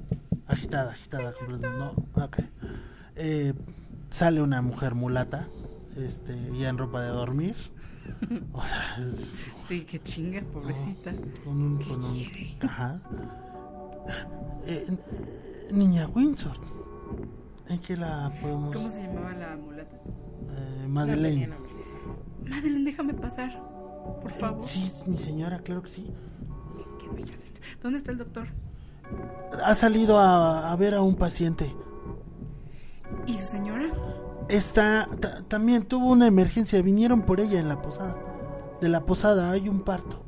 Agitada, agitada, completa- No, ok. Eh, sale una mujer mulata, este, ya en ropa de dormir. O sea, es- Sí, qué chinga, pobrecita. con un, con un- ajá. Eh, n- eh, niña Windsor. ¿En qué la podemos? ¿Cómo se llamaba la mulata? Eh, Madeleine. Madeleine, déjame pasar. Por favor. Eh, Sí, mi señora, claro que sí. Qué bella letra. ¿Dónde está el doctor? Ha salido a, a ver a un paciente. ¿Y su señora? Está ta- también tuvo una emergencia. Vinieron por ella en la posada. De la posada hay un parto.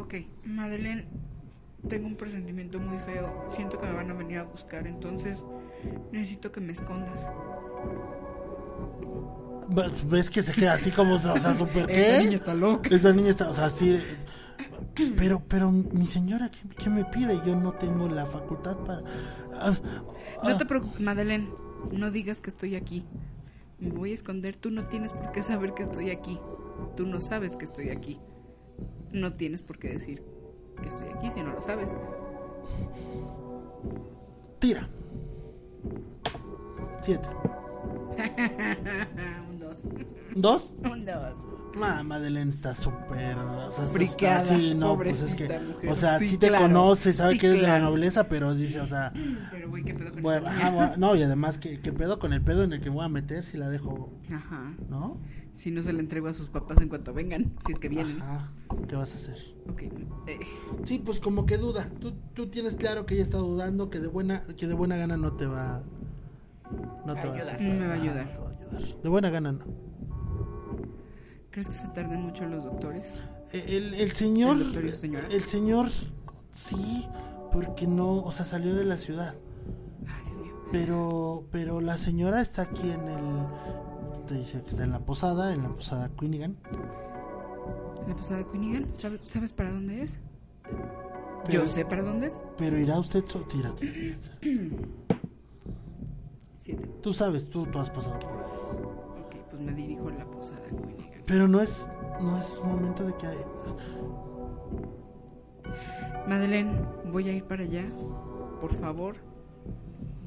Ok, Madeleine, tengo un presentimiento muy feo. Siento que me van a venir a buscar, entonces necesito que me escondas. Ve- Ves que se queda así como, o sea, súper Esta niña qué. está loca. Esa niña está, o sea, así. eh, Pero, pero, mi señora, ¿qué, qué me pide? Yo no tengo la facultad para. Ah, No te ah, preocupes, Madeleine, no digas que estoy aquí. Me voy a esconder, tú no tienes por qué saber que estoy aquí. Tú no sabes que estoy aquí. No tienes por qué decir que estoy aquí si no lo sabes. Tira. Siete. un dos. ¿Dos? Un dos. Ma, Madeleine está súper. O sea, está- Fricada, sí, no, pues es pobrecita que. mujer. O sea, Sí, sí, te claro. conoce, sabe Sí, que eres de claro. la nobleza, pero dice, o sea. Pero güey, ¿qué pedo con Bueno, esta ajá, niña? bueno, no, y además, ¿qué, ¿qué pedo con el pedo en el que me voy a meter si la dejo, Ajá. no? Si no se la entrego a sus papás en cuanto vengan, si es que vienen. Ajá, ¿qué vas a hacer? Ok. eh, Sí, pues como que duda. Tú, tú tienes claro que ella está dudando, que de buena, que de buena gana no te va, no te va a Ayudar. hacer- Me va a ajá, ayudar. no te va a ayudar. De buena gana no. ¿Crees que se tarden mucho los doctores? El, el señor, ¿El doctor y su señora? el señor, sí, porque no, o sea, salió de la ciudad. Ay, Dios mío. Pero, pero la señora está aquí en el, te dice que está en la posada, en la posada Quinigan. ¿La posada de Quinigan? ¿Sabe- ¿Sabes para dónde es? Pero- Yo sé para dónde es. Pero irá usted, so- tira, tira, tira. Siete. Tú sabes, tú, tú has pasado por ahí. Ok, pues me dirijo a la posada de Quinigan. Pero no es, no es momento de que... hay- Madeleine, voy a ir para allá. Por favor,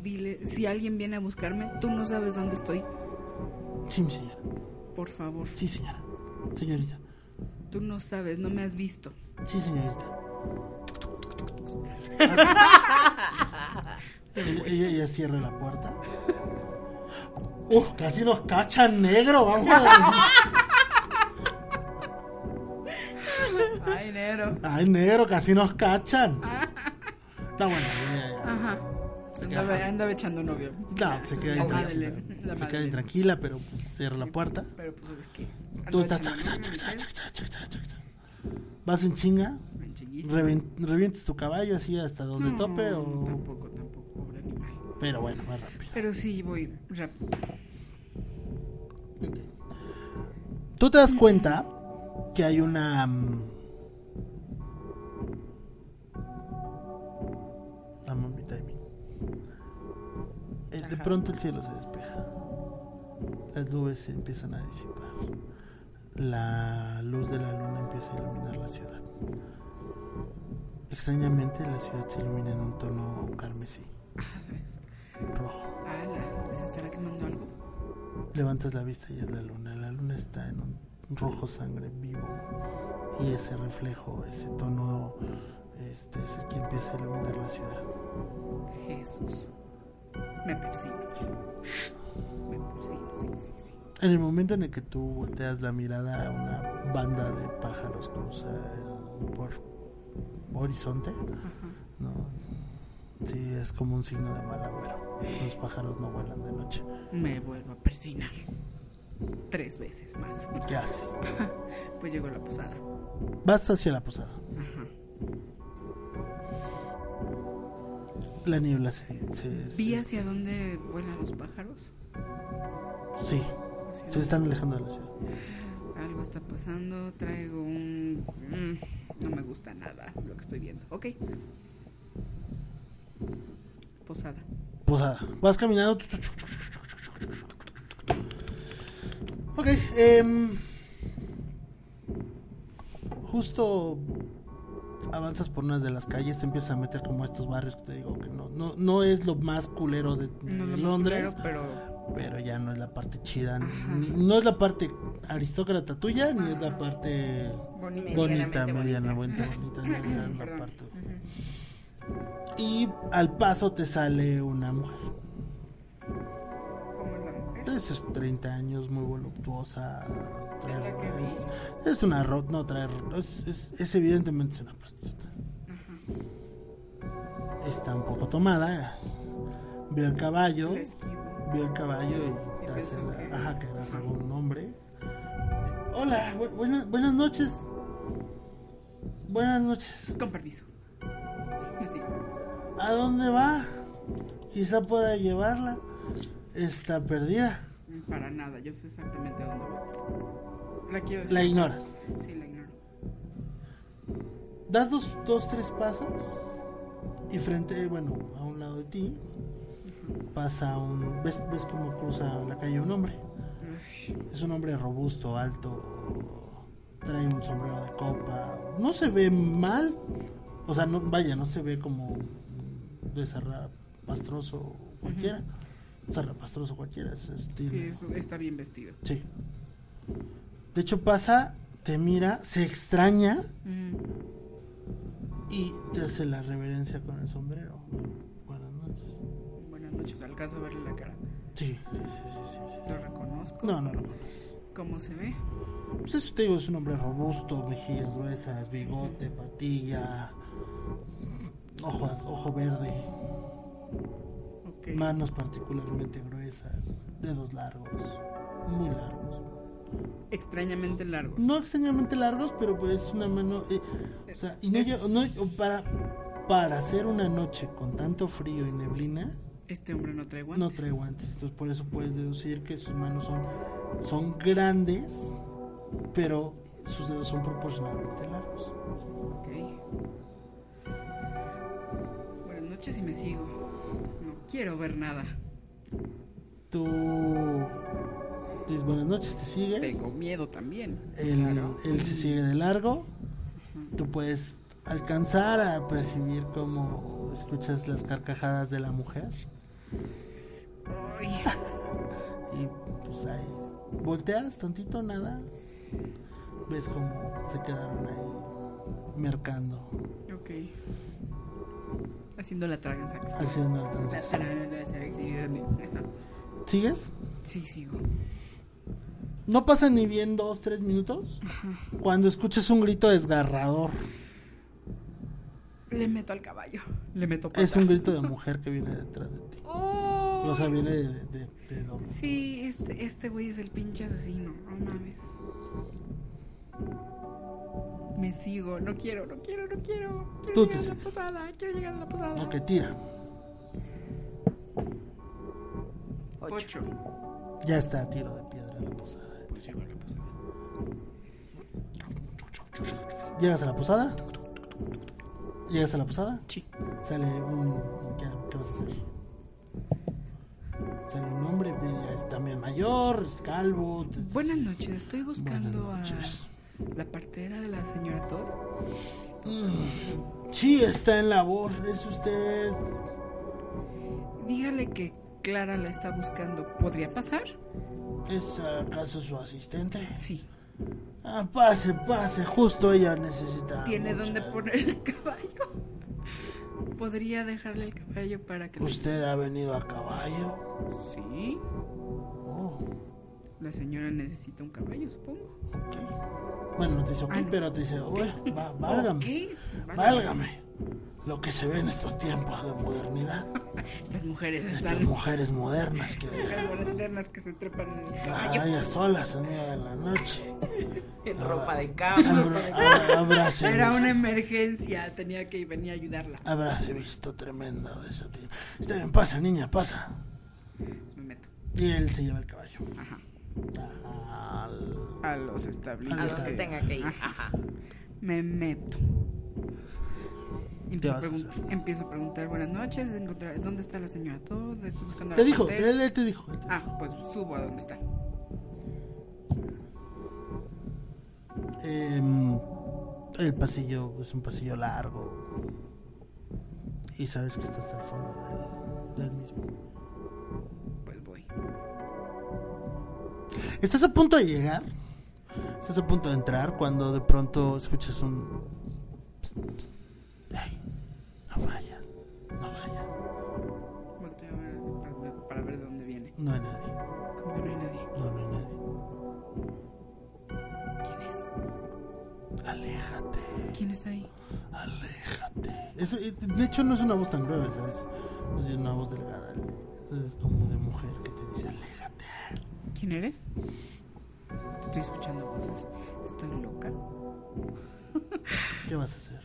dile, si alguien viene a buscarme, tú no sabes dónde estoy. Sí, mi señora. Por favor, Sí, señora. Señorita. tú no sabes, no me has visto. Sí, señorita. ella, ella- ella cierra la puerta. Uf, casi nos cachan negro, vamos. Ay, negro. Ay, negro, casi nos cachan. Está bueno, ya, ya, ya. Ajá. Andaba, andaba echando novio. No, se queda La intranquila. Madeleine, la se queda Madeleine. intranquila, pero pues, cierra la puerta. Pero pues es que. andaba Tú estás. echando novio, Vas en chinga, me chinguísimo. reven- revientes tu caballo así hasta donde No, tope no, o. Tampoco, tampoco, pobre animal. Pero bueno, más rápido. Pero sí voy rápido. Ok. Tú te das cuenta que hay una. mm, Dame mi timing. Eh, De Ajá. pronto el cielo se despeja. Las nubes se empiezan a disipar. La luz de la luna empieza a iluminar la ciudad. Extrañamente la ciudad se ilumina en un tono carmesí, rojo. Ala, ¿se estará quemando algo? Levantas la vista y es la luna. La luna está en un rojo sangre vivo. Y ese reflejo, ese tono, este, es el que empieza a iluminar la ciudad. Jesús. Me persigo. Me persigo, sí, sí, sí. En el momento en el que tú volteas la mirada, una banda de pájaros cruza el por horizonte. Ajá. No. Sí, es como un signo de mal agüero. Los pájaros no vuelan de noche. Me vuelvo a persinar. Tres veces más. ¿Qué haces? Pues llegó la posada. Vas hacia la posada. Ajá. La niebla se... se- se- Vi hacia dónde vuelan los pájaros. sí, Hacia se están alejando de la ciudad. Algo está pasando, traigo un... mm, no me gusta nada lo que estoy viendo. Ok. Posada. Posada. Pues, ah, Vas caminando. Ok. em, justo avanzas por unas de las calles, te empiezas a meter como a estos barrios que te digo que no, no, no es lo más culero de, de No es lo más Londres, culero, pero... pero ya no es la parte chida. ni- Ajá. ni- no es la parte aristócrata tuya, ni es la Ajá. parte Bonito. bonita, Medianamente mediana, bonita, bonita. bonita. ni es la Perdón. parte. Ujú. Y al paso te sale una mujer. ¿Cómo es la mujer? Pues es 30 años, muy voluptuosa. trae- ¿Es la que vi? es, es una rock, no trae ro- Es, es- es evidentemente una prostituta. Está un poco tomada. Ve al caballo, La esquivo. ve al caballo y Y te hace pensó la- que- ajá, que eras ajá. algún hombre. Hola, bu- buenas, buenas noches. Buenas noches. Con permiso. Así. ¿A dónde va? Quizá pueda llevarla. Está perdida. Para nada, yo sé exactamente a dónde voy. La quiero dejar La atrás. ignoras. Sí, la ignoro. Das dos, dos, tres pasos y frente, bueno, a un lado de ti pasa un... ¿Ves, ves cómo cruza la calle un hombre? Uy, Es un hombre robusto, alto, trae un sombrero de copa, no se ve mal, o sea, no, vaya, no se ve como de zarrapastroso cualquiera, zarrapastroso cualquiera, es estilo... Sí, eso está bien vestido. sí. De hecho pasa, te mira, se extraña y te hace la reverencia con el sombrero. Buenas noches. Buenas noches, alcanzo a verle la cara. Sí, sí, sí, sí, sí, sí. Lo reconozco. No, no lo conoces. ¿Cómo se ve? Pues eso te digo, es un hombre robusto, mejillas gruesas, bigote, patilla, ojos, ojo verde, Ok. manos particularmente gruesas, dedos largos, muy largos. Extrañamente largo. No extrañamente largos, pero pues es una mano... eh, o sea, y no Es- lle- no- para, para hacer una noche con tanto frío y neblina, Este hombre no trae guantes. No trae guantes, entonces por eso puedes deducir que sus manos son, son grandes, pero sus dedos son proporcionalmente largos. Ok. Buenas noches y me sigo. No quiero ver nada. Tú dices buenas noches, te sigues, Tengo miedo también. él, Claro. él se sigue de largo, tú puedes alcanzar a percibir cómo escuchas las carcajadas de la mujer Ay, y pues ahí volteas tantito, nada, ves cómo se quedaron ahí mercando, ok. Haciendo la transacción. haciendo la La transacción. transacción. ¿Sigues? Sí, sigo. No pasa ni bien dos, tres minutos cuando escuchas un grito desgarrador. Le meto al caballo. Le meto pata. Es un grito de mujer que viene detrás de ti. ¡Oh! O sea, viene de, de, de donde. Sí, este, este güey es el pinche asesino, no mames. Me sigo, no quiero, no quiero, no quiero. Quiero Tú te llegar a la sigues. posada, quiero llegar a la posada. No, que tira. Ocho. Ya está a tiro de piedra la posada. Pues llego a la posada. Llegas a la posada. Llegas a la posada. Sí. Sale un. ¿Qué, qué vas a hacer? Sale un hombre, ve, ya es también mayor, es calvo. te- Buenas noches, estoy buscando Buenas ah. noches. a la partera de la señora Todd. Mm, Sí, está en labor. Es usted. Dígale que Clara la está buscando. ¿Podría pasar? ¿Es ah, acaso su asistente? Sí. Ah, pase, pase, justo ella necesita. Tiene mucha- donde poner el caballo. ¿Podría dejarle el caballo para que... la- Usted ha venido a caballo. Sí. Oh, La señora necesita un caballo, supongo. ok. Bueno, no te dice ok, Ah, no. pero te dice, "Ué, va- ¿Por válgame. ¿Qué? Válgame. lo que se ve en estos tiempos de modernidad, Estas mujeres estas están mujeres modernas que modernas que se trepan en el caray, caballo. a solas en medio de la noche, En Ah. ropa de cama. Abra- a- habráse Era visto- una emergencia, tenía que venir a ayudarla. habráse visto tremendo de ese tiempo. Está bien, pasa, niña, pasa. Me meto. Y él se lleva el caballo. Ajá. Al- A los establos. A los que tenga que ir. Ajá. Ajá. Me meto. ¿Qué Empiezo a, vas a pregun- hacer? empiezo a preguntar buenas noches, encontrar- ¿dónde está la señora Todd? Estoy buscando a Te la dijo, portera. él, él te dijo. Ah, pues subo a donde está. Em, el pasillo es un pasillo largo. Y sabes que está hasta el fondo del, del mismo. Pues voy. Estás a punto de llegar. Estás a punto de entrar cuando de pronto escuchas un... psst, psst. Ey, no vayas. No vayas. Volteo a ver hacia- para, para ver de dónde viene. No hay nadie. Como que no hay nadie. No, no hay nadie. ¿Quién es? Aléjate. ¿Quién está ahí? Aléjate. Es- es- eh, de hecho, no es una voz tan grave, ¿sabes? Es una voz delgada. Es como de mujer que te dice, aléjate. ¿Quién eres? Estoy escuchando voces. Estoy loca. ¿Qué vas a hacer?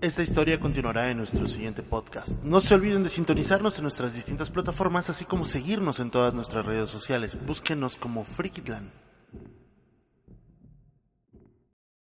Esta historia continuará en nuestro siguiente podcast. No se olviden de sintonizarnos en nuestras distintas plataformas, así como seguirnos en todas nuestras redes sociales. Búsquenos como Frikitlan.